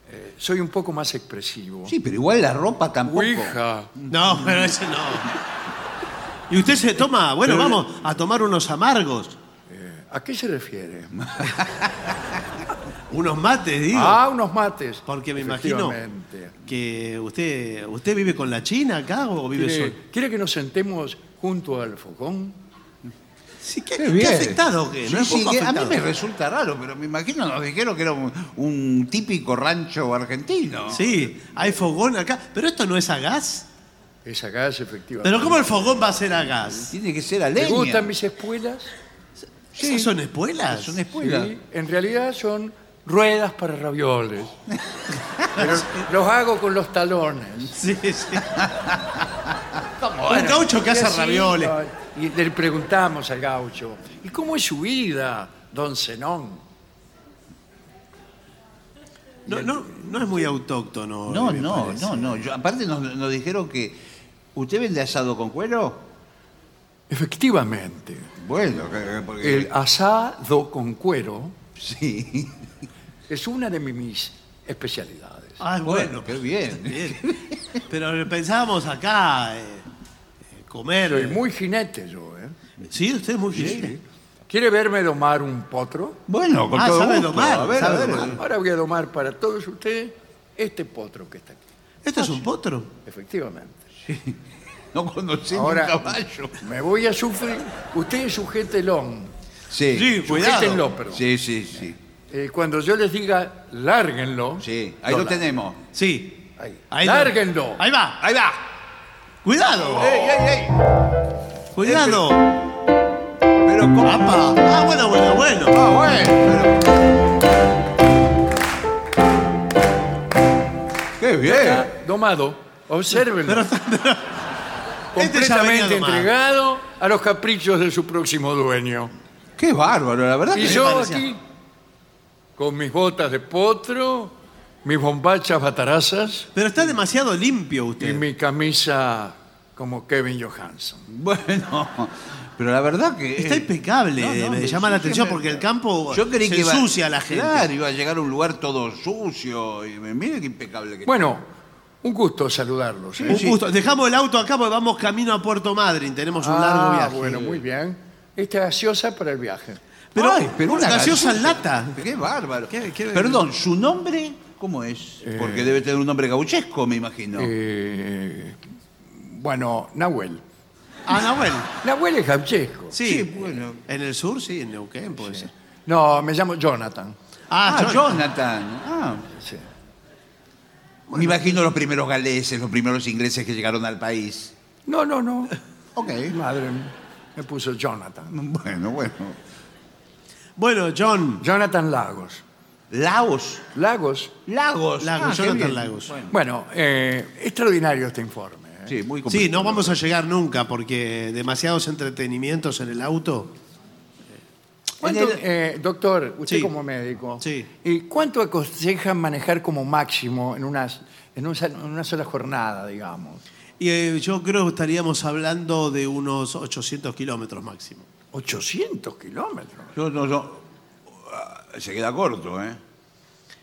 [SPEAKER 2] eh, soy un poco más expresivo.
[SPEAKER 5] Sí, pero igual la ropa tampoco.
[SPEAKER 2] Ouija.
[SPEAKER 4] No, pero ese no. Y usted se toma, bueno, vamos a tomar unos amargos,
[SPEAKER 2] ¿A qué se refiere?
[SPEAKER 4] unos mates, digo.
[SPEAKER 2] Ah, unos mates.
[SPEAKER 4] porque me imagino
[SPEAKER 2] Efectivamente.
[SPEAKER 4] que usted, usted vive con la China acá o vive
[SPEAKER 2] ¿Quiere,
[SPEAKER 4] solo.
[SPEAKER 2] quiere que nos sentemos junto al fogón?
[SPEAKER 4] Sí, ¿qué,
[SPEAKER 5] Qué
[SPEAKER 4] qué
[SPEAKER 5] bien.
[SPEAKER 4] afectado que es, ¿no?
[SPEAKER 5] Sí,
[SPEAKER 4] Es
[SPEAKER 5] sí,
[SPEAKER 4] poco
[SPEAKER 5] que a mí
[SPEAKER 4] afectado.
[SPEAKER 5] me resulta raro, pero me imagino nos dijeron que era un, un típico rancho argentino.
[SPEAKER 4] Sí, hay fogón acá. Pero esto no es a gas.
[SPEAKER 2] Es a gas, efectivamente.
[SPEAKER 4] Pero ¿cómo el fogón va a ser a gas?
[SPEAKER 5] Tiene que ser a
[SPEAKER 2] ¿Te
[SPEAKER 5] leña.
[SPEAKER 2] gustan mis espuelas?
[SPEAKER 4] ¿Esas son espuelas?
[SPEAKER 5] Son espuelas.
[SPEAKER 2] Sí, en realidad son ruedas para ravioles. Pero los hago con los talones.
[SPEAKER 4] Sí, sí. Un gaucho que
[SPEAKER 2] Y
[SPEAKER 4] hace
[SPEAKER 2] así,
[SPEAKER 4] ravioles.
[SPEAKER 2] ay, Y le preguntamos al gaucho, ¿y cómo es su vida, don Zenón?
[SPEAKER 4] No, no, no es muy autóctono.
[SPEAKER 5] No,
[SPEAKER 4] me
[SPEAKER 5] no,
[SPEAKER 4] parece.
[SPEAKER 5] no, no. Yo- aparte nos, nos dijeron que. ¿Usted vende asado con cuero?
[SPEAKER 2] Efectivamente,
[SPEAKER 5] Bueno, que- porque.
[SPEAKER 2] el asado con cuero
[SPEAKER 5] Sí.
[SPEAKER 2] es una de mis especialidades.
[SPEAKER 4] Ah, bueno.
[SPEAKER 5] qué bien.
[SPEAKER 4] bien. Pero pensábamos acá eh, eh, comer.
[SPEAKER 2] Soy muy jinete yo, ¿eh?
[SPEAKER 4] Sí, usted es muy bien.
[SPEAKER 2] ¿Quiere verme domar un potro?
[SPEAKER 5] Bueno, con
[SPEAKER 4] Ah,
[SPEAKER 5] todo
[SPEAKER 4] sabe
[SPEAKER 5] gusto.
[SPEAKER 4] domar,
[SPEAKER 5] a ver,
[SPEAKER 4] sabe
[SPEAKER 5] a ver.
[SPEAKER 4] domar.
[SPEAKER 2] Ahora voy a domar para todos ustedes este potro que está aquí.
[SPEAKER 4] Esto
[SPEAKER 5] Ah,
[SPEAKER 4] es un potro.
[SPEAKER 2] Efectivamente.
[SPEAKER 5] No conocí ni
[SPEAKER 2] Ahora-
[SPEAKER 5] un caballo.
[SPEAKER 2] Me voy a sufrir. Usted sujétenlo.
[SPEAKER 5] Sí.
[SPEAKER 4] Sí, cuidado.
[SPEAKER 2] Sujétenlo, pero.
[SPEAKER 5] Sí, sí, sí.
[SPEAKER 2] Eh, cuando yo les diga, lárguenlo.
[SPEAKER 5] Sí, ahí lo
[SPEAKER 2] la-
[SPEAKER 5] tenemos.
[SPEAKER 4] Sí.
[SPEAKER 2] ahí.
[SPEAKER 4] Ahí
[SPEAKER 2] Lárguenlo.
[SPEAKER 4] Ahí va.
[SPEAKER 5] Ahí va.
[SPEAKER 4] Cuidado. Cuidado.
[SPEAKER 5] Pero ¿cómo?
[SPEAKER 4] Apa. Ah, bueno, bueno, bueno.
[SPEAKER 5] Ah, bueno. pero- Qué bien.
[SPEAKER 2] Está domado. Obsérvenlo.
[SPEAKER 4] Este ya venía
[SPEAKER 2] completamente
[SPEAKER 4] domado.
[SPEAKER 2] entregado a los caprichos de su próximo dueño.
[SPEAKER 5] Qué bárbaro, la verdad.
[SPEAKER 2] Y
[SPEAKER 5] que-
[SPEAKER 2] yo
[SPEAKER 4] parecía.
[SPEAKER 2] aquí, con mis botas de potro, mis bombachas batarazas
[SPEAKER 4] Pero está demasiado limpio
[SPEAKER 2] y
[SPEAKER 4] usted.
[SPEAKER 2] mi camisa como Kevin Johansson.
[SPEAKER 5] Bueno, pero la verdad que. eh,
[SPEAKER 4] Está impecable, me llama la atención porque el campo
[SPEAKER 5] yo creí
[SPEAKER 4] se
[SPEAKER 5] que iba-
[SPEAKER 4] ensucia a la gente.
[SPEAKER 5] Claro, iba a llegar a un lugar todo sucio. Y me- mire qué impecable que
[SPEAKER 2] Bueno, un gusto saludarlos. ¿eh?
[SPEAKER 4] Un gusto. Dejamos el auto acá porque vamos camino a Puerto Madryn. Tenemos un largo
[SPEAKER 2] Ah,
[SPEAKER 4] viaje.
[SPEAKER 2] bueno, muy bien. Esta gaseosa para el viaje.
[SPEAKER 4] Pero,
[SPEAKER 5] Ay, pero una
[SPEAKER 4] gaseosa en
[SPEAKER 5] gaseosa.
[SPEAKER 4] lata.
[SPEAKER 5] Qué bárbaro. Eh.
[SPEAKER 4] Qué- qué-
[SPEAKER 5] Perdón, ¿su nombre cómo es? Porque debe tener un nombre gauchesco, me imagino.
[SPEAKER 2] Eh, bueno, Nahuel.
[SPEAKER 4] Ah, no, bueno.
[SPEAKER 2] Nahuel es gauchesco.
[SPEAKER 4] Sí.
[SPEAKER 5] Sí, bueno.
[SPEAKER 4] En el sur, sí, en Neuquén puede ser.
[SPEAKER 2] No, me llamo Jonathan.
[SPEAKER 5] ah,
[SPEAKER 4] yo-
[SPEAKER 5] Jonathan. Ah.
[SPEAKER 2] Sí.
[SPEAKER 5] Me imagino los primeros galeses, los primeros ingleses que llegaron al país.
[SPEAKER 2] No, no, no.
[SPEAKER 5] Ok.
[SPEAKER 2] Madre, me puso Jonathan.
[SPEAKER 5] Bueno, bueno.
[SPEAKER 4] Bueno, John.
[SPEAKER 2] Jonathan Lagos.
[SPEAKER 5] Lagos.
[SPEAKER 2] Lagos.
[SPEAKER 5] Lagos.
[SPEAKER 4] Lagos,
[SPEAKER 5] Ah, qué
[SPEAKER 4] Jonathan
[SPEAKER 5] bien.
[SPEAKER 4] Lagos.
[SPEAKER 2] Bueno, eh, extraordinario este informe. ¿eh?
[SPEAKER 5] Sí, muy
[SPEAKER 4] Sí,
[SPEAKER 5] completo.
[SPEAKER 4] no vamos a llegar nunca porque demasiados entretenimientos en el auto.
[SPEAKER 2] ¿Cuánto,
[SPEAKER 5] En el-
[SPEAKER 2] eh, doctor, usted
[SPEAKER 4] Sí.
[SPEAKER 2] como médico,
[SPEAKER 4] Sí.
[SPEAKER 2] ¿y cuánto aconseja manejar como máximo en, unas, en, un sa- en una sola jornada, digamos?
[SPEAKER 4] Y eh, yo creo que estaríamos hablando de unos 800 kilómetros máximo.
[SPEAKER 2] 800 kilómetros.
[SPEAKER 5] Yo no, yo- ah, Se queda corto, ¿eh?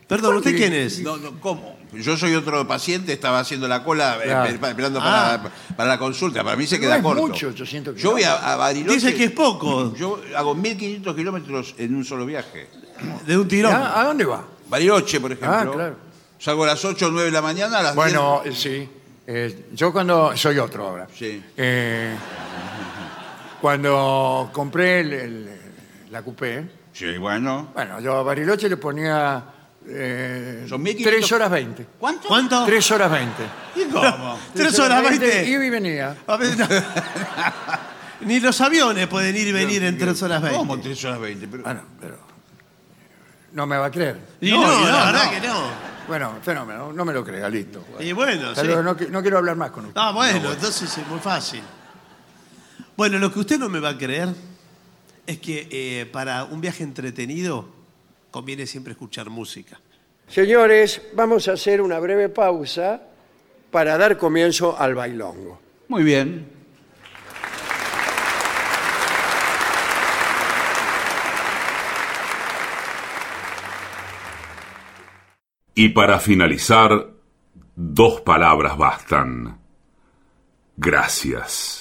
[SPEAKER 4] Perdón, ¿usted quién es?
[SPEAKER 5] No, no, ¿cómo? Yo soy otro paciente, estaba haciendo la cola eh,
[SPEAKER 2] Claro.
[SPEAKER 5] esper- esperando
[SPEAKER 4] Ah.
[SPEAKER 5] para, para la consulta. Para mí se
[SPEAKER 2] No
[SPEAKER 5] queda
[SPEAKER 2] es
[SPEAKER 5] corto.
[SPEAKER 2] mucho, 800
[SPEAKER 5] Yo voy a, a Bariloche.
[SPEAKER 4] Dice que es poco.
[SPEAKER 5] Yo hago 1500 kilómetros en un solo viaje.
[SPEAKER 4] De un tirón.
[SPEAKER 5] Ah,
[SPEAKER 2] ¿Ya? ¿A dónde va?
[SPEAKER 5] Bariloche, por ejemplo.
[SPEAKER 2] Ah, claro.
[SPEAKER 5] Salgo a las 8 o 9 de la mañana, a las
[SPEAKER 2] Bueno, eh, sí. Eh, yo cuando... Soy otro ahora.
[SPEAKER 5] Sí.
[SPEAKER 2] Eh, cuando compré el- el- la coupé,
[SPEAKER 5] 10. Sí, bueno.
[SPEAKER 2] bueno, yo a Bariloche le ponía... eh,
[SPEAKER 5] Son 1500.
[SPEAKER 2] 3 horas 20.
[SPEAKER 5] ¿Cuánto?
[SPEAKER 4] ¿Cuánto?
[SPEAKER 2] 3 horas 20.
[SPEAKER 5] ¿Y cómo?
[SPEAKER 4] Ah. Tres horas veinte.
[SPEAKER 2] Iba y venía.
[SPEAKER 4] A ver, no. Ni los aviones pueden ir y venir en tres horas veinte. Ah,
[SPEAKER 5] ¿Cómo 3 horas 20? Pero-
[SPEAKER 2] Bueno, pero... No me va a creer.
[SPEAKER 4] Y
[SPEAKER 5] No,
[SPEAKER 4] no,
[SPEAKER 5] y no,
[SPEAKER 4] la verdad
[SPEAKER 5] no.
[SPEAKER 4] que no.
[SPEAKER 2] Bueno, fenómeno, no me lo crea, listo.
[SPEAKER 4] Y bueno,
[SPEAKER 2] Hasta
[SPEAKER 4] sí.
[SPEAKER 2] luego, no, qui- no quiero hablar más con usted.
[SPEAKER 4] Ah, bueno, entonces es muy fácil. Bueno, lo que usted no me va a creer es que eh, para un viaje entretenido conviene siempre escuchar música.
[SPEAKER 2] Señores, vamos a hacer una breve pausa para dar comienzo al bailongo.
[SPEAKER 5] Muy bien.
[SPEAKER 7] Y para finalizar, dos palabras bastan. Gracias.